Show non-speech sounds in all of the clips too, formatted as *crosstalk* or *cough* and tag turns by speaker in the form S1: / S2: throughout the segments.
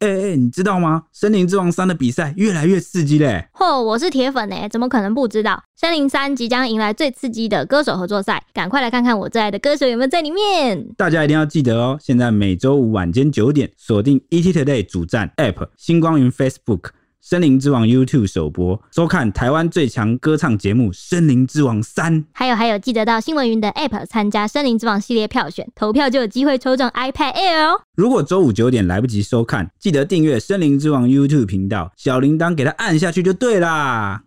S1: 哎、哎、你知道吗？森林之王三的比赛越来越刺激嘞、
S2: 嚯，我是铁粉哎、怎么可能不知道？三零三即将迎来最刺激的歌手合作赛，赶快来看看我最爱的歌手有没有在里面。
S1: 大家一定要记得哦！现在每周五晚间九点，锁定 ET Today 主站 App、星光云 Facebook、森林之王 YouTube 首播，收看台湾最强歌唱节目《森林之王三》。
S2: 还有还有，记得到新闻云的 App 参加森林之王系列票选，投票就有机会抽中 iPad Air 哦。
S1: 如果周五九点来不及收看，记得订阅《森林之王》YouTube 频道，小铃铛给它按下去就对啦。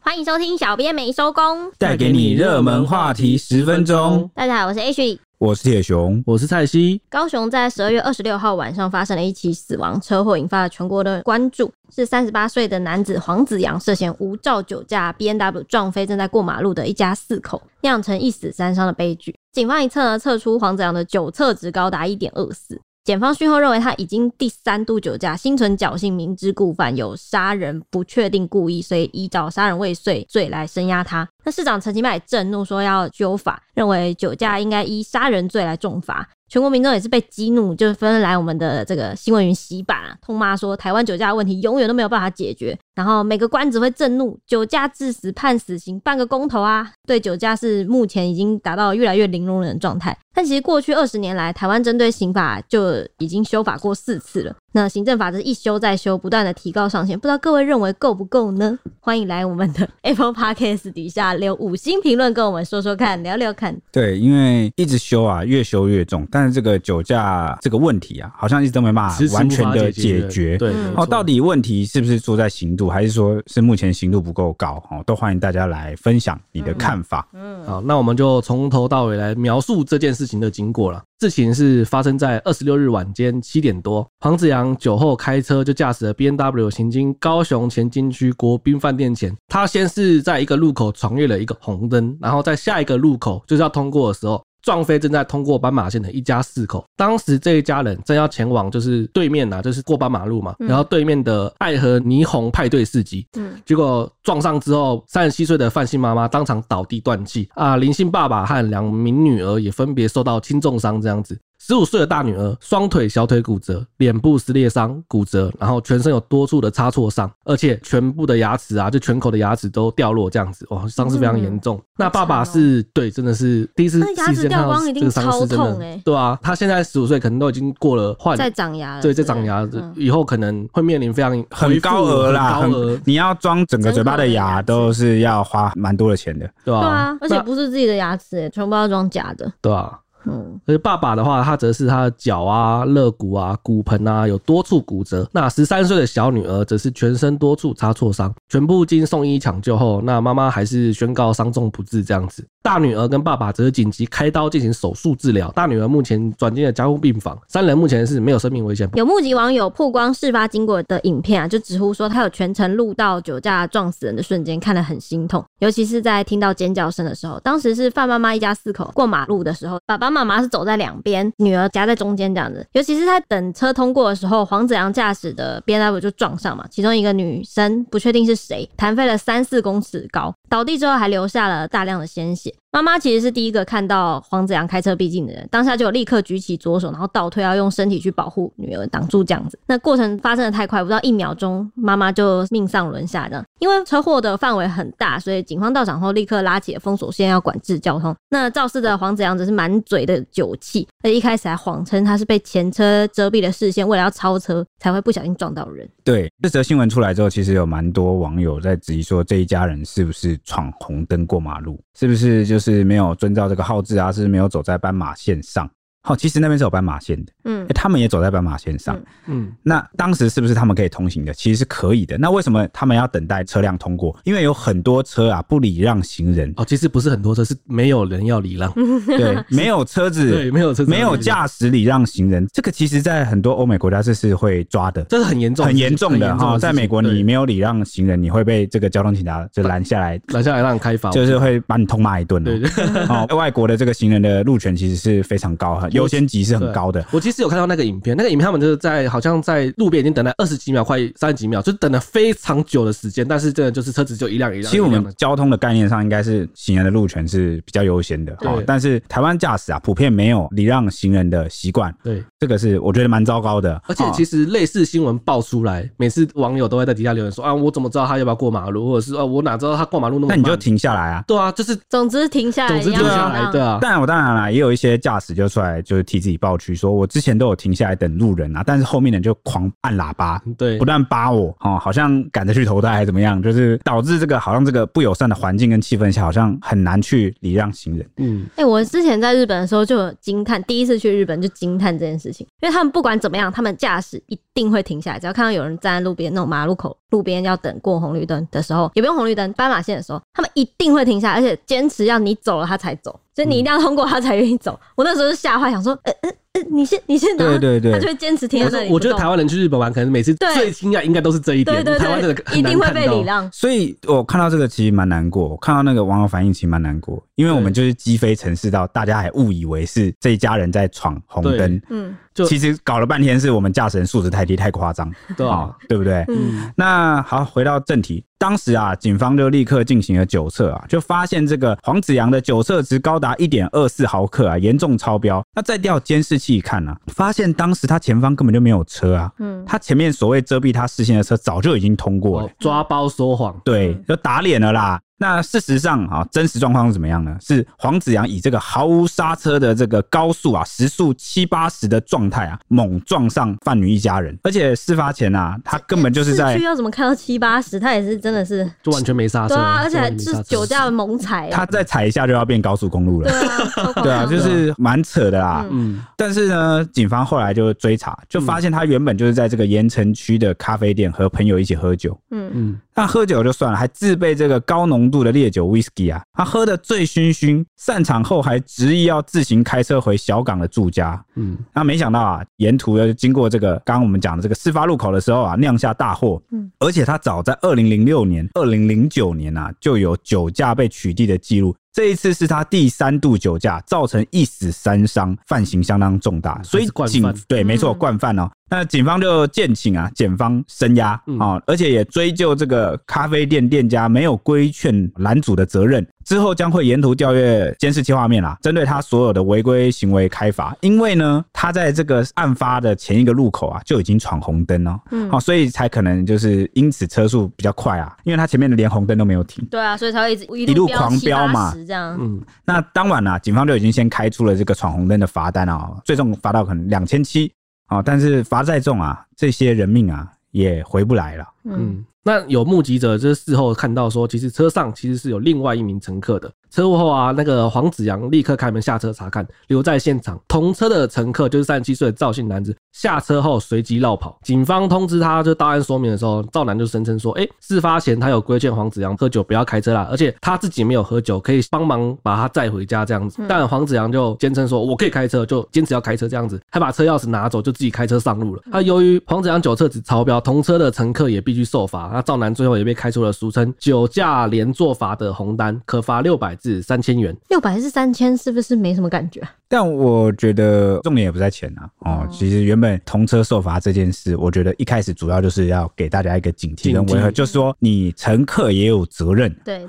S2: 欢迎收听《小编没收工》，
S1: 带给你热门话题十分钟。。
S2: 大家好，我是 H。e
S1: 我是铁熊，
S3: 我是蔡西，
S2: 高雄在十二月二十六号晚上发生了一起死亡车祸，引发了全国的关注。是三十八岁的男子黄子阳涉嫌无照酒驾 B N W 撞飞正在过马路的一家四口，酿成一死三伤的悲剧。警方一测呢，测出黄子阳的酒测值高达一点二四。检方讯后认为他已经第三度酒驾，心存侥幸，明知故犯，有杀人不确定故意，所以依照杀人未遂罪来声押他。那市长陈其迈也震怒说要纠法，认为酒驾应该依杀人罪来重罚。全国民众也是被激怒，就是纷纷来我们的这个新闻云洗版啊，痛骂说台湾酒驾的问题永远都没有办法解决，然后每个官只会震怒，酒驾致死判死刑，办个公投啊！对酒驾是目前已经达到越来越零容忍的状态。但其实过去二十年来，台湾针对刑法就已经修法过四次了。那行政法则一修再修，不断的提高上限，不知道各位认为够不够呢？欢迎来我们的 *laughs* Apple Podcast 底下留五星评论，跟我们说说看，聊聊看。
S1: 对，因为一直修啊，越修越重，但是这个酒驾这个问题啊，好像一直都没办法
S3: 迟迟
S1: 完
S3: 无
S1: 全
S3: 法
S1: 的
S3: 解
S1: 解决。
S3: 对，
S2: 嗯
S3: 没
S1: 哦，
S3: 错
S1: 到底问题是不是出在刑度，还是说是目前刑度不够高？哦，都欢迎大家来分享你
S3: 嗯
S1: 的看法。
S3: 好，那我们就从头到尾来描述这件事情的经过了。事情是发生在二十六日晚间七点多，黄子阳酒后开车就驾驶了 B N W 行经高雄前金区国宾饭店前，他先是在一个路口闯越了一个红灯，然后在下一个路口就是要通过的时候。撞飞正在通过斑马线的一家四口，当时这一家人正要前往就是对面呐、啊，就是过斑马路嘛，
S2: 嗯
S3: 然后对面的爱河霓虹派对市集，
S2: 嗯，
S3: 结果撞上之后，三十七岁的范姓妈妈当场倒地断气啊，林姓爸爸和两名女儿也分别受到轻重伤，这样子。十五岁的大女儿双腿小腿骨折，脸部撕裂伤骨折，然后全身有多处的擦挫伤，而且全部的牙齿啊，就全口的牙齿都掉落，这样子，哇，伤势非常严
S2: 嗯
S3: 重。那爸爸是对，真的是第一次
S2: 哦那牙齿
S3: 自己
S2: 掉光
S3: 看到
S2: 一定
S3: 这个伤势
S2: 超
S3: 真的
S2: 痛欸
S3: 对啊，他现在十五岁，可能都已经过了换
S2: 再长牙了，
S3: 对，在长牙
S2: 对不对嗯
S3: 以后可能会面临非常
S1: 很高额啦，
S3: 很高额
S1: 很，你要装整个嘴巴的牙都是要花蛮多的钱的。
S3: 对吧、
S2: 对啊，而且
S3: 那
S2: 不是自己的牙齿耶，全部要装假的。
S3: 对啊。
S2: 嗯，
S3: 而爸爸的话，他则是他的脚啊、肋骨啊、骨盆啊有多处骨折。那十三岁的小女儿则是全身多处擦挫伤，全部经送医抢救后，那妈妈还是宣告伤重不治这样子。大女儿跟爸爸则是紧急开刀进行手术治疗，大女儿目前转进了加护病房，三人目前是没有生命危险。
S2: 有目击网友曝光事发经过的影片啊，就直呼说他有全程录到酒驾撞死人的瞬间，看得很心痛。尤其是在听到尖叫声的时候，当时是范妈妈一家四口过马路的时候，爸爸妈妈是走在两边，女儿夹在中间这样子。尤其是在等车通过的时候，黄子阳驾驶的 B N W 就撞上嘛，其中一个女生不确定是谁，弹飞了三四公尺高，倒地之后还留下了大量的鲜血。妈妈其实是第一个看到黄子阳开车逼近的人，当下就有立刻举起左手，然后倒退，要用身体去保护女儿，挡住这样子。那过程发生的太快，不到一秒钟，妈妈就命丧轮下这样。因为车祸的范围很大，所以警方到场后立刻拉起了封锁线，要管制交通。那肇事的黄子阳只是满嘴的酒气，而且一开始还谎称他是被前车遮蔽了视线，为了要超车才会不小心撞到人。
S1: 对，这则新闻出来之后，其实有蛮多网友在质疑说，这一家人是不是闯红灯过马路，是不是就是没有遵照这个号志啊，是不是没有走在斑马线上？好、其实那边是有斑马线的，
S2: 嗯
S1: 诶，他们也走在斑马线上。
S2: 嗯
S3: 嗯，
S1: 那当时是不是他们可以通行的？其实是可以的。那为什么他们要等待车辆通过？因为有很多车啊不礼让行人，
S3: 哦，其实不是很多车，是没有人要礼让，
S1: 对，没有车子，
S3: 对，没有车，
S1: 嗯没有，驾驶礼让行人，这个其实在很多欧美国家这是会抓的。
S3: 这是很严重的
S1: 很
S3: 事情、
S1: 严重的
S3: 很
S1: 哈，
S3: 事
S1: 在
S3: 情
S1: 美国
S3: 对
S1: 你没有礼让行人，你会被这个交通警察就拦下来，
S3: 拦下来让开罚，
S1: 就是会把你痛骂一顿哦
S3: 对对。
S1: 哦，外国的这个行人的路权其实是非常高，很优先级是很高的。
S3: 我其实有看到那个影片，那个影片他们就是在好像在路边已经等了二十几秒，快三十几秒，就等了非常久的时间。但是真的就是车子就一辆一辆一辆的。
S1: 其实我们交通的概念上，应该是行人的路权是比较优先的
S3: 对
S1: 哈，但是台湾驾驶啊，普遍没有礼让行人的习惯，
S3: 对，
S1: 这个是我觉得蛮糟糕的。
S3: 而且
S1: 哦
S3: 其实类似新闻爆出来，每次网友都会在底下留言说啊，我怎么知道他要不要过马路，或者是啊，我哪知道他过马路那么
S1: 那
S3: 慢？
S1: 你就停下来啊。
S3: 对啊，就是
S2: 总之停下来，
S3: 总之停下来，对，啊，
S1: 当然，我当然啦，也有一些驾驶就出来就是替自己抱屈，说我之前都有停下来等路人啊，但是后面的人就狂按喇叭，
S3: 对
S1: 不，但扒我哦，好像赶着去投胎还是怎么样，就是导致这个好像这个不友善的环境跟气氛下，好像很难去礼让行人。
S3: 嗯，
S2: 哎、我之前在日本的时候就有惊叹，第一次去日本就惊叹这件事情，因为他们不管怎么样，他们驾驶一定会停下来，只要看到有人站在路边那种马路口路边要等过红绿灯的时候，也不用红绿灯，斑马线的时候，他们一定会停下来，而且坚持要你走了他才走，所以你一
S3: 嗯
S2: 定要通过他才愿意走。我那时候就吓坏，想说，呃呃呃，你先你先拿，
S1: 对对对
S2: 他就会坚持停在
S3: 我
S2: 那
S3: 觉
S2: 里
S3: 我觉得
S2: 不动
S3: 台湾人去日本玩，可能每次
S2: 对
S3: 最惊讶应该都是这一点，
S2: 对对
S3: 台湾真的
S2: 对，
S3: 很
S2: 一
S3: 难
S2: 定会
S3: 看
S2: 被
S3: 到
S2: 礼让。
S1: 所以我看到这个其实蛮难过，我看到那个网友反应其实蛮难过，因为我们就是鸡飞城市到大家还误以为是这一家人在闯红灯
S3: 对，
S2: 嗯，
S3: 就
S1: 其实搞了半天是我们驾驶人素质太低太夸张，
S3: 对啊
S1: 哦，对不对？
S3: 嗯，
S1: 那好，回到正题，当时啊，警方就立刻进行了酒测啊，就发现这个黄子阳的酒测值高达一点二四毫克啊，严重超标。那再调监视器一看啊，发现当时他前方根本就没有车啊，
S2: 嗯
S1: 他前面所谓遮蔽他视线的车早就已经通过了，
S3: 哦抓包说谎，
S1: 对，就打脸了啦。那事实上啊，真实状况是怎么样呢？是黄子阳以这个毫无刹车的这个高速啊，时速七八十的状态啊，猛撞上范女一家人，而且事发前啊，他根本就是在
S2: 市区要怎么看到七八十，他也是真的是。
S3: 就完全没刹车，
S2: 对啊，而且
S3: 完全
S2: 还
S3: 没刹
S2: 是
S3: 车
S2: 酒驾猛踩、啊，
S1: 他再踩一下就要变高速公路
S2: 对
S1: 了。*laughs*
S2: 啊，超夸
S1: 对啊，
S2: 张
S1: 就
S2: 的
S1: 是蛮扯的啦。
S2: 嗯
S3: 嗯，
S1: 但是呢，警方后来就追查，就发现他原本就是在这个盐城区的咖啡店和朋友一起喝酒。
S2: 嗯
S3: 嗯
S1: 那喝酒就算了，还自备这个高浓度的烈酒 whisky 啊，他喝得醉醺醺，散场后还执意要自行开车回小港的住家。
S3: 嗯
S1: 那没想到啊，沿途要经过这个刚刚我们讲的这个事发路口的时候啊，酿下大祸。
S2: 嗯，
S1: 而且他早在二零零六年、二零零九年啊，就有酒驾被取缔的记录。这一次是他第三度酒驾，造成一死三伤，犯行相当重大，所以
S3: 还是惯
S1: 警
S3: 犯
S1: 对，没错，
S2: 嗯
S1: 惯犯哦。那警方就建请啊，检方声押啊、
S3: 嗯
S1: 哦而且也追究这个咖啡店店家没有规劝男主的责任。之后将会沿途调阅监视器画面啊啦，针对他所有的违规行为开罚。因为呢，他在这个案发的前一个路口啊，就已经闯红灯哦，
S2: 嗯
S1: 哦，所以才可能就是因此车速比较快啊，因为他前面的连红灯都没有停。
S2: 对啊，所以才会一直一
S1: 一路
S2: 飙
S1: 狂
S2: 70
S1: 飙嘛
S2: 80这样。
S3: 嗯，
S1: 那当晚啊，警方就已经先开出了这个闯红灯的罚单啊、最重罚到可能两千七啊，但是罚再重啊，这些人命啊也回不来了。
S2: 嗯，
S3: 嗯，那有目击者就是事后看到说，其实车上其实是有另外一名乘客的。车祸后啊，那个黄子阳立刻开门下车查看，留在现场。同车的乘客就是三十七岁的赵姓男子，下车后随即绕跑。警方通知他，就到案说明的时候，赵男就声称说，哎、事发前他有规劝黄子阳喝酒不要开车啦，而且他自己没有喝酒，可以帮忙把他载回家这样子。但黄子阳就坚称说，我可以开车，就坚持要开车这样子，还把车钥匙拿走，就自己开车上路了。他由于黄子阳酒测值超标，同车的乘客也必须受罚。那赵男最后也被开出了俗称酒驾连坐罚的红单，可罚六百至三千元。
S2: 六百是三千，是不是没什么感觉？
S1: 但我觉得重点也不在钱啊，哦
S3: 嗯
S2: 哦，
S1: 其实原本同车受罚这件事，我觉得一开始主要就是要给大家一个警惕跟
S3: 警惕
S1: 维和，就是说你乘客也有责任，
S2: 对对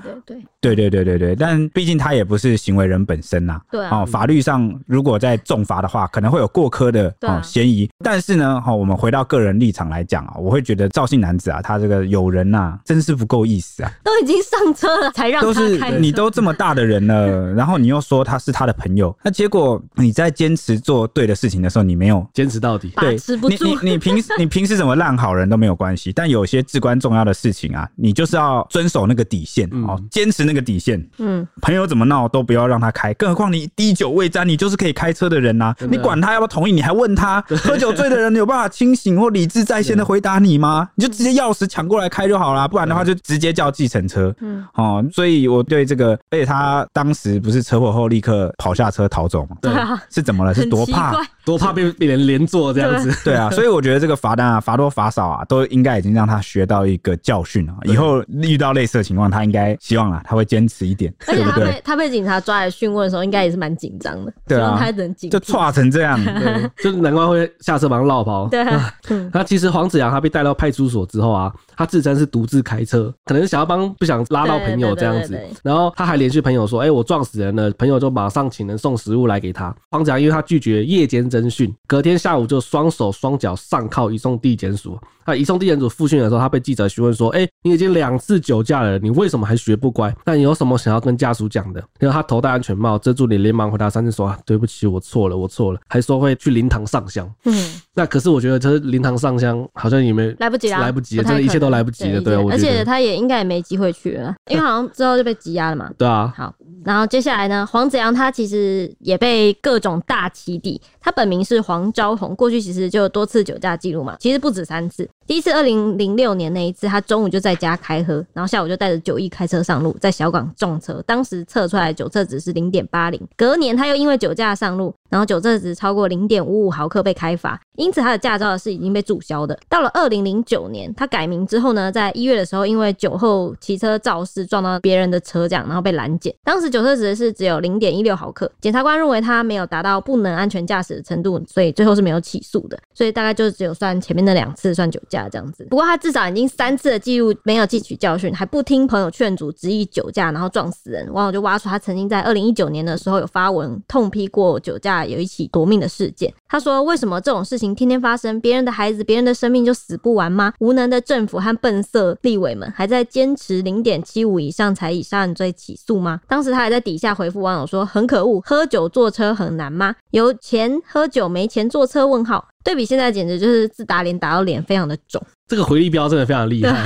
S1: 对
S2: 对
S1: 对对对对，但毕竟他也不是行为人本身呐、
S2: 对啊，
S1: 哦，法律上如果在重罚的话，可能会有过科的
S2: 对啊
S1: 哦嫌疑。但是呢，哈、哦，我们回到个人立场来讲啊，我会觉得赵姓男子啊，他这个友人呐、真是不够意思啊，
S2: 都已经上车了才让
S1: 都
S2: 他
S1: 是
S2: 开车，
S1: 你都这么大的人
S2: *laughs*
S1: 了，然后你又说他是他的朋友，那结果你在坚持做对的事情的时候，你没有。
S3: 坚持到底。
S2: 把
S1: 对，
S2: 持不住
S1: 你你你
S2: *laughs*
S1: 平时你平时怎么烂好人都没有关系，但有些至关重要的事情啊，你就是要遵守那个底线、哦，坚持那个底线。
S2: 嗯，
S1: 朋友怎么闹都不要让他开，更何况你滴酒未沾，你就是可以开车的人呐、啊
S3: 真的
S1: 你管他要不要同意，你还问
S2: *laughs*
S1: 他喝酒醉的人你有办法清醒或理智在线的回答你
S2: 嗯
S1: 吗？你就直接钥匙抢过来开就好啦，不然的话就直接叫计程车。
S2: 嗯
S1: 哦，所以我对这个，而且他当时不是车祸后立刻跑下车逃走嘛，
S3: 对
S2: 啊，
S1: 是怎么了？是
S2: 很
S1: 多
S2: 奇
S1: 怕？
S2: 怪，
S3: 多怕被被人连坐这样子。
S1: 对
S2: *laughs*
S1: 啊，所以我觉得这个罚单啊，罚多罚少啊，都应该已经让他学到一个教训啊。以后遇到类似的情况，他应该希望啊，他会坚持一点，
S2: 而
S1: 对
S2: 且
S1: 不
S2: 他
S1: 对？
S2: 被他被警察抓来讯问的时候，应该也是蛮紧张的，
S1: 对啊
S2: 希望他能警惕
S1: 就差成这
S2: *laughs*
S1: 样，
S3: 对， *laughs* 就是难怪会下车马上落跑。
S2: 对啊，嗯
S3: 那其实黄子扬他被带到派出所之后啊，他自称是独自开车，可能想要帮不想拉到朋友这样
S2: 对
S3: 子
S2: 对对对。
S3: 然后他还连续朋友说：“哎、我撞死人了。”朋友就马上请人送食物来给他。黄子扬因为他拒绝夜间侦讯，隔天下午就双手双脚上铐移送地检署。那移送地检署复讯的时候，他被记者询问说：“哎、你已经两次酒驾了，你为什么还学不乖？那你有什么想要跟家属讲的？”然后他头戴安全帽遮住脸，连忙回答三次说：“啊，对不起，我错了，我错了。”还说会去灵堂上香。
S2: 嗯，
S3: 那可是我觉得，这灵堂上香好像也没
S2: 来不及啦，
S3: 来不及了，
S2: 不太
S3: 真的一切
S2: 可能
S3: 都来不及了，对
S2: 一
S3: 啊，
S2: 切
S3: 我
S2: 而
S3: 觉
S2: 且
S3: 得，
S2: 他也应该也没机会去了，因为好像之后就被羁押了嘛。
S3: 对啊，
S2: 好，然后接下来呢，黄子扬他其实也被各种大起底。他本名是黄昭宏，过去其实就有多次酒驾记录嘛，其实不止三次。第一次二零零六年那一次，他中午就在家开喝，然后下午就带着酒意开车上路，在小港撞车，当时测出来的酒测值是零点八零。隔年他又因为酒驾上路，然后酒测值超过零点五五毫克被开罚，因此他的驾照是已经被注销的。到了二零零九年，他改名之后呢，在一月的时候，因为酒后骑车肇事撞到别人的车，这样然后被拦截。当时酒测值是只有零点一六毫克，检察官认为他没有达到不能安全驾驶的程度，所以最后是没有起诉的。所以大概就只有算前面那两次算酒驾这样子。不过他至少已经三次的记录没有汲取教训，还不听朋友劝阻，执意酒驾然后撞死人。网友就挖出他曾经在二零一九年的时候有发文痛批过酒驾有一起夺命的事件。他说：“为什么这种事情天天发生？别人的孩子、别人的生命就死不完吗？无能的政府和笨色立委们还在坚持零点七五以上才以杀人罪起诉吗？”当时他还在底下回复网友说：“很可恶，喝酒坐车很难吗？有钱喝酒没钱坐车？”问号。对比现在简直就是自打脸打到脸，非常的肿，
S3: 这个回力镖真的非常厉害，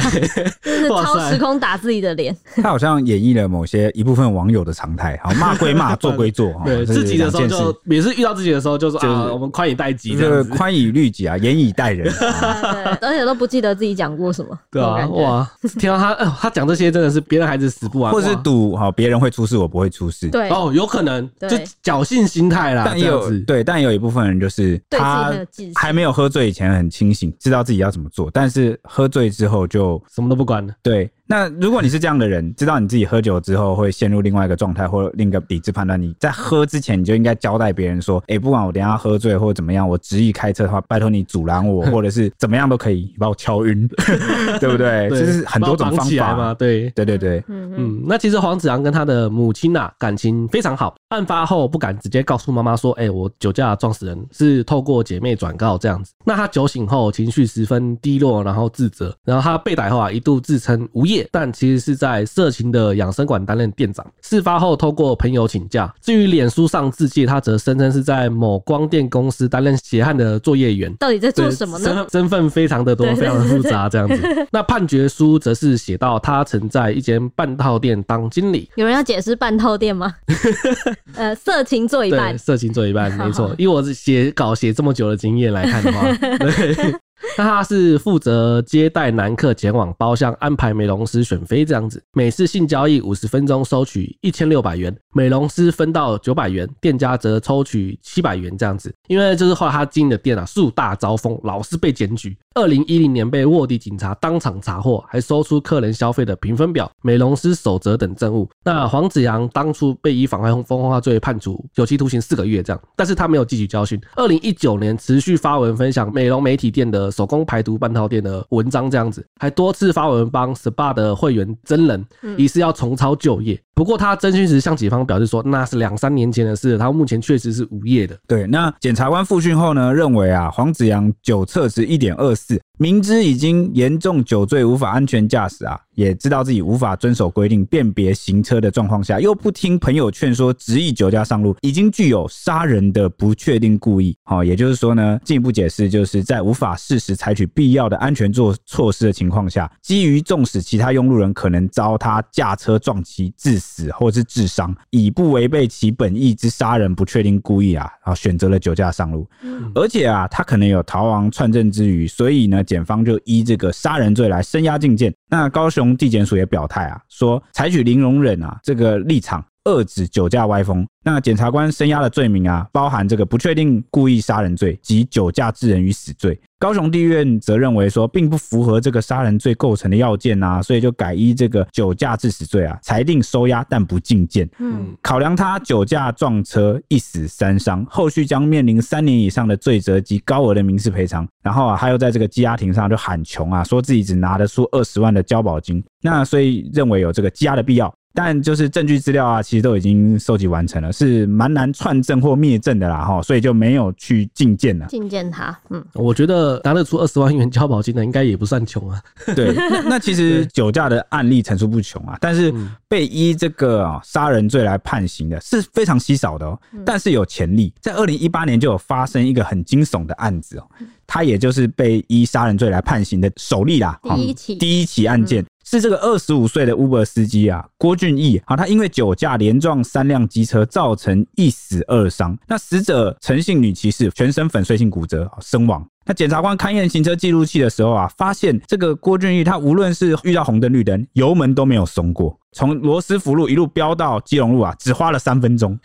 S2: 就是
S3: 哇
S2: 超
S3: 塞
S2: 时空打自己的脸。
S1: 他好像演绎了某些一部分网友的常态，好骂归骂，做归
S3: *laughs*
S1: 做，哦
S3: *laughs* 对
S1: 这
S3: 自
S1: 是
S3: 己
S1: 两
S3: 的时候
S1: 件事。
S3: 就每次遇到自己的时候就说
S1: 就是
S3: 啊，我们宽以待己
S1: 就
S3: 这
S1: 是
S3: 样子，
S1: 宽以律己啊，严以待人。
S3: *laughs*
S1: 啊
S2: 对，而且都不记得自己讲过什么。
S3: 对
S2: 那
S3: 啊，
S2: 种感觉，
S3: 哇，听到他哎呦他讲这些真的是别人孩子死不完，
S1: 或者是
S3: 哇
S1: 赌好别人会出事，我不会出事。
S2: 对，
S3: 哦，有可能
S2: 对
S3: 就侥幸心态啦，
S1: 但
S3: 这
S1: 也
S3: 样
S1: 有
S3: 子，
S1: 对，但也有一部分人就是
S2: 对自己
S1: 他
S2: 很有自信
S1: 还没有喝醉以前很清醒，知道自己要怎么做，但是喝醉之后就
S3: 什么都不管了，
S1: 对。那如果你是这样的人，知道你自己喝酒之后会陷入另外一个状态或另一个理智判断，你在喝之前你就应该交代别人
S3: *laughs*
S1: 说，哎、不管我等一下喝醉或者怎么样，我执意开车的话，拜托你阻拦我，或者是怎么样都可以，你把我敲晕，对不对？
S3: *laughs* 对
S1: 就是很多种
S3: 把它
S1: 方
S3: 绑起来
S1: 法
S3: 嘛，。对。
S1: 对对对，
S2: 嗯嗯，
S3: 嗯，那其实黄子扬跟他的母亲呐、感情非常好。案发后不敢直接告诉妈妈说：“哎、我酒驾撞死人，是透过姐妹转告这样子。”那他酒醒后情绪十分低落，然后自责，然后他被逮后啊，一度自称无业，但其实是在色情的养生馆担任店长。事发后透过朋友请假。至于脸书上自介，他则声称是在某光电公司担任血汗的作业员。
S2: 到底在做
S3: 对
S2: 什么
S3: 身
S2: 呢？
S3: 份身份非常的多，
S2: 对对
S3: 非常的复杂，这样子。那判决书则是写到他曾在一间半套店当经理。
S2: 有人要解释半透店
S3: *laughs*
S2: 吗？呃，色情做一半
S3: 对，，色情做一半，
S2: 好
S3: 没错。以我写稿写这么久的经验来看的
S2: *laughs*
S3: 话，对，那他是负责接待男客前往包厢，安排美容师选妃这样子。每次性交易五十分钟收取一千六百元，美容师分到九百元，店家则抽取七百元这样子。因为就是后来他经营的店啊，树大招风，老是被检举。二零一零年被卧底警察当场查获，还搜出客人消费的评分表、美容师守则等证物。那黄子扬当初被以妨害风化罪判处有期徒刑四个月这样，但是他没有汲取教训。二零一九年持续发文分享美容媒体店的手工排毒半套店的文章这样子，还多次发文帮 SPA 的会员真人
S2: 嗯，
S3: 疑似要重操旧业。不过他征询时向警方表示说，那是两三年前的事了，他目前确实是无业的。
S1: 对，那检察官复讯后呢，认为啊，黄子阳酒测值一点二四，明知已经严重酒醉无法安全驾驶啊，也知道自己无法遵守规定辨别行车的状况下，又不听朋友劝说执意酒驾上路，已经具有杀人的不确定故意。好、也就是说呢，进一步解释就是在无法适时采取必要的安全措措施的情况下，基于纵使其他用路人可能遭他驾车撞击致死或是致伤，以不违背其本意之杀人不确定故意啊，然后选择了酒驾上路。而且啊，他可能有逃亡串证之余，所以呢，检方就依这个杀人罪来声押禁见。那高雄地检署也表态啊，说采取零容忍啊这个立场，遏止酒驾歪风。那检察官声押的罪名啊，包含这个不确定故意杀人罪及酒驾致人于死罪。高雄地院则认为说，并不符合这个杀人罪构成的要件啊，所以就改依这个酒驾致死罪啊，裁定收押但不禁见。
S2: 嗯，。
S1: 考量他酒驾撞车一死三伤，后续将面临三年以上的罪责及高额的民事赔偿。然后啊，他又在这个羁押庭上就喊穷啊，说自己只拿得出二十万的交保金，那所以认为有这个羁押的必要。但就是证据资料啊，其实都已经收集完成了，是蛮难串证或灭证的啦哈，所以就没有去进见了
S2: 觐见他，
S3: *laughs*
S2: 嗯，
S3: 我觉得拿得出二十万元交保金的，应该也不算穷啊。
S1: *laughs* 对，那那其实酒驾的案例层出不穷啊，但是
S3: 嗯
S1: 被依这个啊杀、人罪来判刑的是非常稀少的哦，但是有潜力。在二零一八年就有发生一个很惊悚的案子哦，他也就是被依杀人罪来判刑的首例啦，
S2: 第一起嗯
S1: 哦第一起案件。是这个二十五岁的 Uber 司机啊，郭俊义啊，他因为酒驾连撞三辆机车，造成一死二伤。那死者陈姓女骑士，全身粉碎性骨折啊身亡。那检察官勘验行车记录器的时候啊，发现这个郭俊义他无论是遇到红灯绿灯，油门都没有松过，从罗斯福路一路飙到基隆路啊，只花了三分钟。